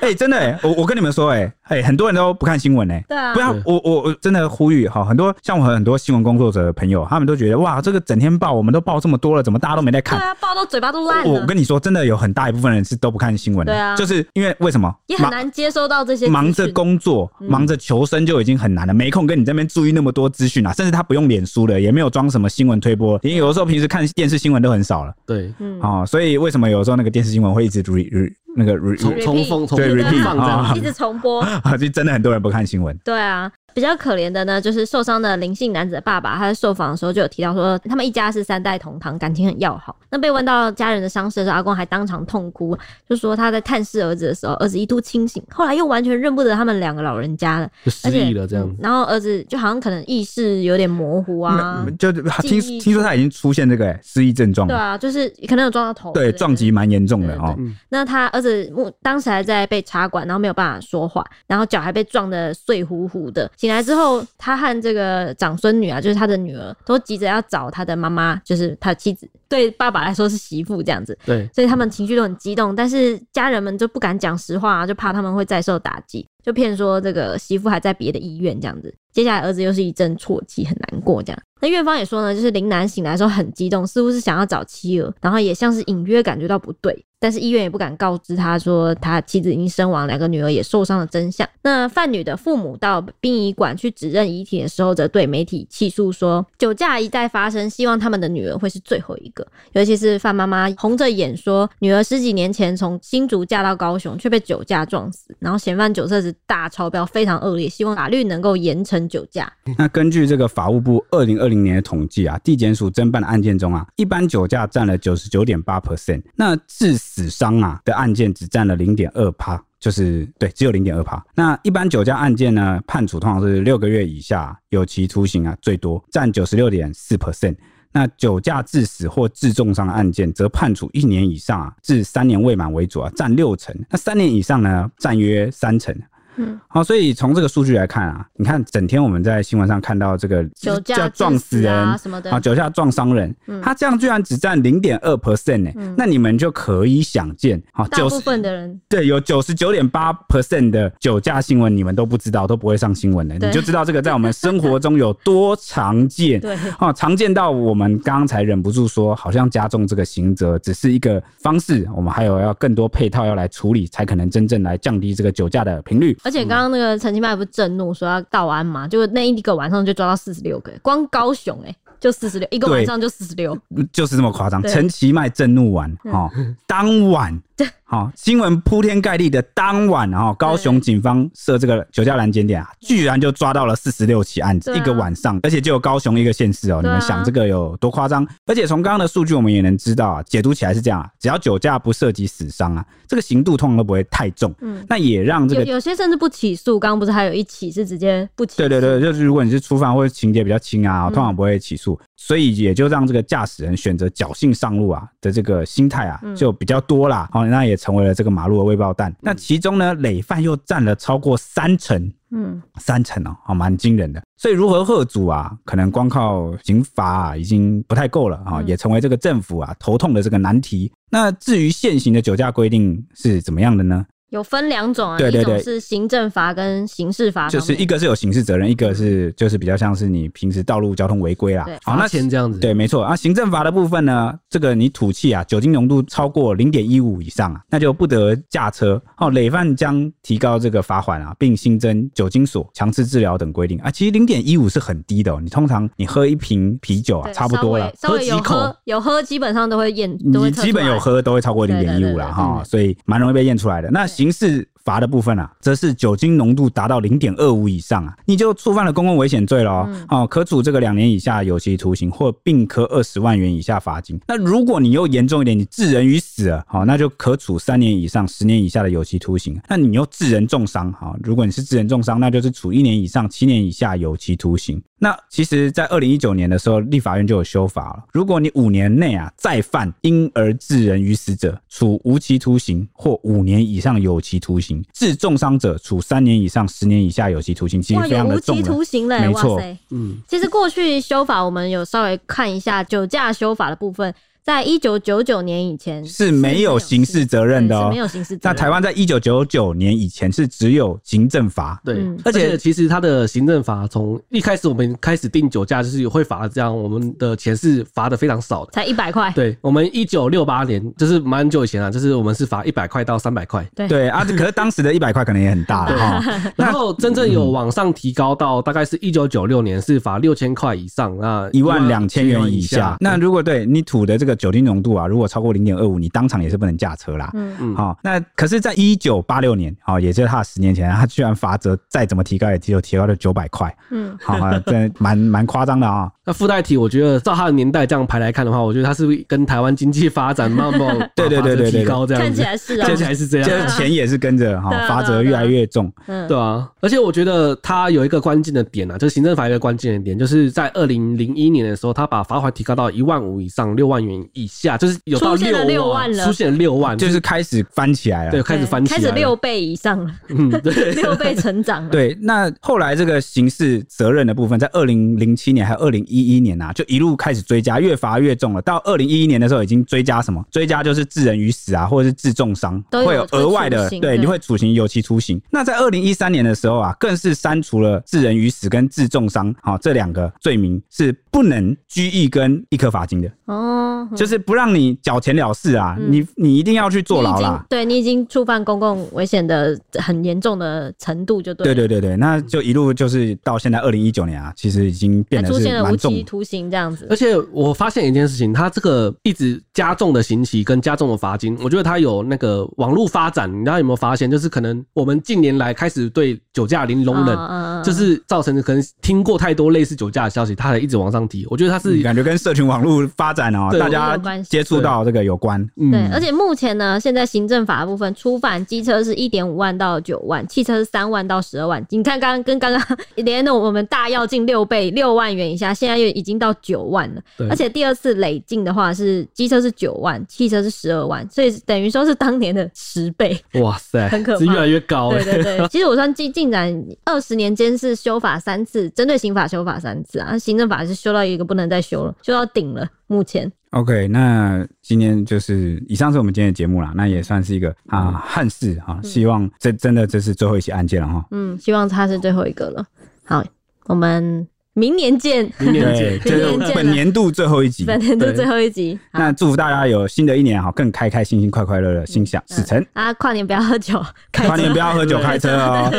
S1: 哎、真的、欸，我我跟你们说、欸，哎、很多人都不看新闻呢、哎
S2: 对啊
S1: 不，要
S3: 对，
S1: 我我我真的呼吁哈，很多像我很多新闻工作者的朋友，他们都觉得哇，这个整天报我们都报这么多了，怎么大家都没在
S2: 对
S1: 看？
S2: 啊，报到嘴巴都烂
S1: 我我
S2: 了，
S1: 跟你说，真的有很大一部分人是都不看新闻的，
S2: 对啊
S1: 就是因为为什么
S2: 也很
S1: 忙
S2: 难接收到这些
S1: 忙
S2: 资
S1: 着
S2: 讯
S1: 工作、
S2: 嗯
S1: 忙着求生就已经很难了，没空跟你这边注意那么多资讯啊，甚至他不用脸书了，也没有装什么新闻推播，因为有的时候平时看电视新闻都很少了
S3: 对，
S2: 嗯，
S1: 啊、哦，所以为什么有时候那个电视新闻会一直 re re 那个 re
S3: 重
S2: Repeat
S3: 重逢重
S1: 对
S3: 逢
S1: repeat，
S3: 放这
S1: 啊
S3: 样
S2: 一直重播。
S1: 啊，就真的很多人不看新闻。
S2: 对啊，比较可怜的呢，就是受伤的林姓男子的爸爸，他在受访的时候就有提到说，他们一家是三代同堂，感情很要好。那被问到家人的伤势的时候，阿公还当场痛哭，就说他在探视儿子的时候，儿子一度清醒，后来又完全认不得他们两个老人家了，
S3: 就失
S2: 而且
S3: 忆了这样
S2: 嗯。然后儿子就好像可能意识有点模糊啊，
S1: 就听
S2: 记忆
S1: 听说他已经出现这个、欸失忆症状
S2: 对
S1: 了，
S2: 啊，就是可能有撞到头之类
S1: 对，
S2: 的，
S1: 撞击蛮严重的
S2: 对对
S1: 哦。
S2: 那他儿子目当时还在被插管，然后没有办法说话，然后脚还被撞得碎糊糊的。醒来之后，他和这个长孙女啊，就是他的女儿，都急着要找他的妈妈，就是他的妻子，对爸爸来说是媳妇这样子。
S3: 对，
S2: 所以他们情绪都很激动，但是家人们就不敢讲实话、啊，就怕他们会再受打击，就骗说这个媳妇还在别的医院这样子。接下来儿子又是一阵啜泣，很难过这样。那院方也说呢，就是林楠醒来的时候很激动，似乎是想要找妻儿，然后也像是隐约感觉到不对，但是医院也不敢告知他说他妻子已经身亡，两个女儿也受伤的真相。那犯女的父母到殡仪馆去指认遗体的时候，则对媒体气诉说，酒驾一再发生，希望他们的女儿会是最后一个。尤其是范妈妈红着眼说，女儿十几年前从新竹嫁到高雄，却被酒驾撞死，然后嫌犯酒测值大超标，非常恶劣，希望法律能够严惩酒驾。
S1: 那根据这个法务部二零二零年的统计啊，地检署侦办的案件中啊，一般酒驾占了九十九点八 percent，那致死伤啊的案件只占了零点二趴。就是对，只有零点二趴。那一般酒驾案件呢，判处通常是六个月以下有期徒刑啊，最多占九十六点四 percent。那酒驾致死或致重伤的案件，则判处一年以上、啊、至三年未满为主啊，占六成。那三年以上呢，占约三成。啊
S2: 嗯，
S1: 好、所以从这个数据来看啊，你看整天我们在新闻上看到这个
S2: 酒驾
S1: 叫
S2: 致
S1: 撞死人
S2: 啊什么的
S1: 啊，酒驾撞伤人，
S2: 嗯
S1: 他这样居然只占零点二 percent 呢
S2: 嗯，
S1: 那你们就可以想见，好、
S2: 大
S1: 九
S2: 部
S1: 十
S2: 分的人
S1: 对有九十九点八 percent 的酒驾新闻你们都不知道，都不会上新闻的，
S2: 对
S1: 你就知道这个在我们生活中有多常见。
S2: *laughs* 对。
S1: *laughs* 哦，常见到我们刚才忍不住说，好像加重这个刑责只是一个方式，我们还有要更多配套要来处理，才可能真正来降低这个酒驾的频率。
S2: 而且刚刚那个陈其迈不是震怒说要到安嘛，结果那一个晚上就抓到四十六个，光高雄哎、就四十六，一个晚上就四十六，
S1: 就是这么夸张。
S2: 对嗯
S1: 陈其迈震怒完哦，当晚哦，新闻铺天盖地的当晚哦，高雄警方设这个酒驾拦截点啊，居然就抓到了四十六起案子，
S2: 对啊
S1: 一个晚上，而且就有高雄一个县市哦，你
S2: 对啊
S1: 们想这个有多夸张？而且从刚刚的数据我们也能知道啊，解读起来是这样啊，只要酒驾不涉及死伤啊，这个刑度通常都不会太重，
S2: 嗯
S1: 那也让这
S2: 有
S1: 个
S2: 有些甚至不起诉，刚刚不是还有一起是直接不起诉，
S1: 对对对，就是如果你是初犯或者情节比较轻啊，
S2: 嗯
S1: 通常不会起诉，所以也就让这个驾驶人选择侥幸上路啊的这个心态啊
S2: 嗯
S1: 就比较多啦。好、那也成为了这个马路的未爆弹。那其中呢，累犯又占了超过三成，
S2: 嗯，
S1: 三成哦，好、蛮惊人的。所以如何遏阻啊，可能光靠刑罚啊已经不太够了啊、
S2: 嗯
S1: 也成为这个政府啊头痛的这个难题。那至于现行的酒驾规定是怎么样的呢？
S2: 有分两种啊，
S1: 对对
S2: 一
S1: 对
S2: 种是行政罚跟刑事罚方
S1: 就
S2: 面，
S1: 是一个是有刑事责任，一个是就是比较像是你平时道路交通违规啦
S2: 对。
S1: 好，那
S3: 罚钱这样子，
S1: 对，没错啊。行政法的部分呢，这个你吐气啊，酒精浓度超过零点一五以上啊，那就不得驾车。哦，累犯将提高这个罚款啊，并新增酒精锁、强制治疗等规定啊。其实零点一五是很低的、哦，你通常你喝一瓶啤酒啊，
S2: 对
S1: 差不多了。
S2: 稍微稍微有
S3: 喝几口
S2: 喝有喝，基本上都会验，都
S1: 你
S2: 会测
S1: 基本
S2: 出来
S1: 有喝都会超过零
S2: 对对嗯
S1: 点一
S2: 对
S1: 五
S2: 对
S1: 啦，哈，所以蛮容易被验出来的。那刑事罚的部分啊，则是酒精浓度达到零点二五以上啊，你就触犯了公共危险罪了哦，
S2: 嗯
S1: 哦可处这个两年以下有期徒刑或并科二十万元以下罚金。那如果你又严重一点，你致人于死了，好、那就可处三年以上十年以下的有期徒刑。那你又致人重伤，好、如果你是致人重伤，那就是处一年以上七年以下有期徒刑。那其实，在二零一九年的时候，立法院就有修法了。如果你五年内啊再犯因而致人于死者，处无期徒刑或五年以上有期徒刑；致重伤者，处三年以上十年以下有期徒刑。其实
S2: 哇，
S1: 非
S2: 有
S1: 常的
S2: 无
S1: 重
S2: 期
S1: 了
S2: 徒。刑嘞！
S1: 没
S2: 哇
S1: 错
S2: 塞，
S3: 嗯，
S2: 其实过去修法我们有稍微看一下酒驾修法的部分，在一九九九年以前
S1: 是没有刑事责任的
S2: 对
S1: 哦
S2: 是没有刑事责
S1: 那
S2: 任。
S1: 台湾在一九九九年以前是只有行政罚，
S3: 对，
S2: 嗯
S3: 而且其实它的行政法从一开始我们开始定酒驾就是有会罚这样，我们的钱是罚的非常少的。
S2: 才一百块，
S3: 对我们一九六八年就是蛮久以前啊，就是我们是罚一百块到三百
S1: *laughs*
S3: 块，
S1: 对啊，可是当时的一百块可能也很大了哈。
S3: 然后真正有往上提高到大概是一九九六年是罚六千块以上，那
S1: 一万两千元以
S3: 12,000
S1: 下。那如果对你吐的这个酒精浓度啊，如果超过零点二五，你当场也是不能驾车啦。
S2: 嗯，
S3: 嗯
S1: 好、那可是，在一九八六年，好、也就是他十年前，他居然罚则再怎么提高，也只有提高了九百块，
S2: 嗯，
S1: 好、啊，这蛮蛮夸张的啊、 *laughs*
S3: 那附带体，我觉得照它的年代这样排来看的话，我觉得它是跟台湾经济发
S2: *laughs*
S3: 展慢慢
S1: 对对对对对对
S3: 提高这样
S2: 看起
S3: 子，
S2: 来是啊，
S3: 看起来是这
S1: 就
S3: 样，
S1: 是钱也是跟着哈
S2: 对啊，
S1: 罚
S2: 对啊
S1: 则
S2: 对啊
S1: 越来越重。
S2: 嗯，
S3: 对啊，而且我觉得它有一个关键的点啊，就是行政法一个关键的点，就是在二零零一年的时候，它把罚款提高到一万五以上六万元以下，就是有到
S2: 出现了
S3: 六
S2: 6万了
S3: 出现了六万，
S1: 就是开始翻起来了，
S3: 对开始翻起来
S2: 开
S3: 了
S2: 始六倍以上
S1: *laughs*
S2: 了，
S3: 嗯对。
S2: *laughs* 六倍成长了，
S1: 对，那后来这个刑事责任的部分，在二零零七年还有二零一一年啊，就一路开始追加，越罚越重了。到二零一一年的时候，已经追加什么？追加就是致人于死啊，或者是致重伤，
S2: 都有
S1: 会有额外
S2: 会
S1: 的
S2: 处刑
S1: 对，
S2: 对
S1: 你会处刑有期徒刑。那在二零一三年的时候啊，更是删除了致人于死跟致重伤好、这两个罪名，是不能拘役跟一颗罚金的，
S2: 哦，嗯
S1: 就是不让你缴钱了事啊，
S2: 嗯
S1: 你你一定要去坐牢
S2: 你已
S1: 啦
S2: 经。对你已经触犯公共危险的很严重的程度，就对
S1: 对
S2: 了，
S1: 对对对，那就一路就是到现在二零一九年啊，其实已经变
S2: 还
S1: 得
S2: 出现
S1: 是
S2: 了无
S1: 蛮重
S2: 期徒刑这样子
S3: 而，且我发现一件事情，它这个一直加重的刑期跟加重的罚金，我觉得它有那个网络发展，你知道有没有发现？就是可能我们近年来开始对酒驾零容忍，
S2: 嗯
S3: 就是造成可能听过太多类似酒驾的消息，它才一直往上提。我觉得它是
S1: 嗯感觉跟社群网络发展哦，
S3: 对
S1: 大
S2: 有关
S1: 家
S2: 系
S1: 接触到这个有关。
S3: 嗯
S2: 对，而且目前呢，现在行政法的部分，初犯机车是一点五万到九万，汽车是三万到十二万。你看，刚刚跟刚刚连的我们大要进六倍六万元以下，现在又已经到九万了。
S3: 对
S2: 而且第二次累进的话是机车是九万，汽车是十二万，所以等于说是当年的十
S3: *laughs*
S2: 倍。
S3: 哇塞，
S2: 很可怕
S3: 是越来越高、欸。
S2: 对对
S3: *laughs*
S2: 对，其实我算进进展二十年间是修法三次，针对刑法修法三次啊，行政法是修到一个不能再修了，修到顶了。目前
S1: OK，那今天就是以上是我们今天的节目啦，那也算是一个
S2: 嗯
S1: 啊憾事啊，希望这真的这是最后一起案件了哈。
S2: 嗯，希望他是最后一个了。好，我们明年见，
S3: 明年
S1: 对，
S3: 见，
S1: 这
S2: 明年
S1: 是
S2: 见
S1: 本
S2: 了
S1: 年度最后一
S2: *laughs*
S1: 集。
S2: 本年度
S3: 对
S2: 最后一集。好
S1: 那祝福大家有新的一年哈，更开开心心、快快乐乐，心想事成。
S2: 啊，跨年不要喝酒，开
S1: 跨年
S2: 车
S1: 不要喝酒开车
S2: *laughs*
S1: 哦，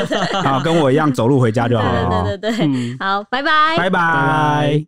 S1: 好，跟我一样走路回家就好了哦。
S3: 嗯
S2: 对对对对对，好，拜拜，
S1: 拜拜。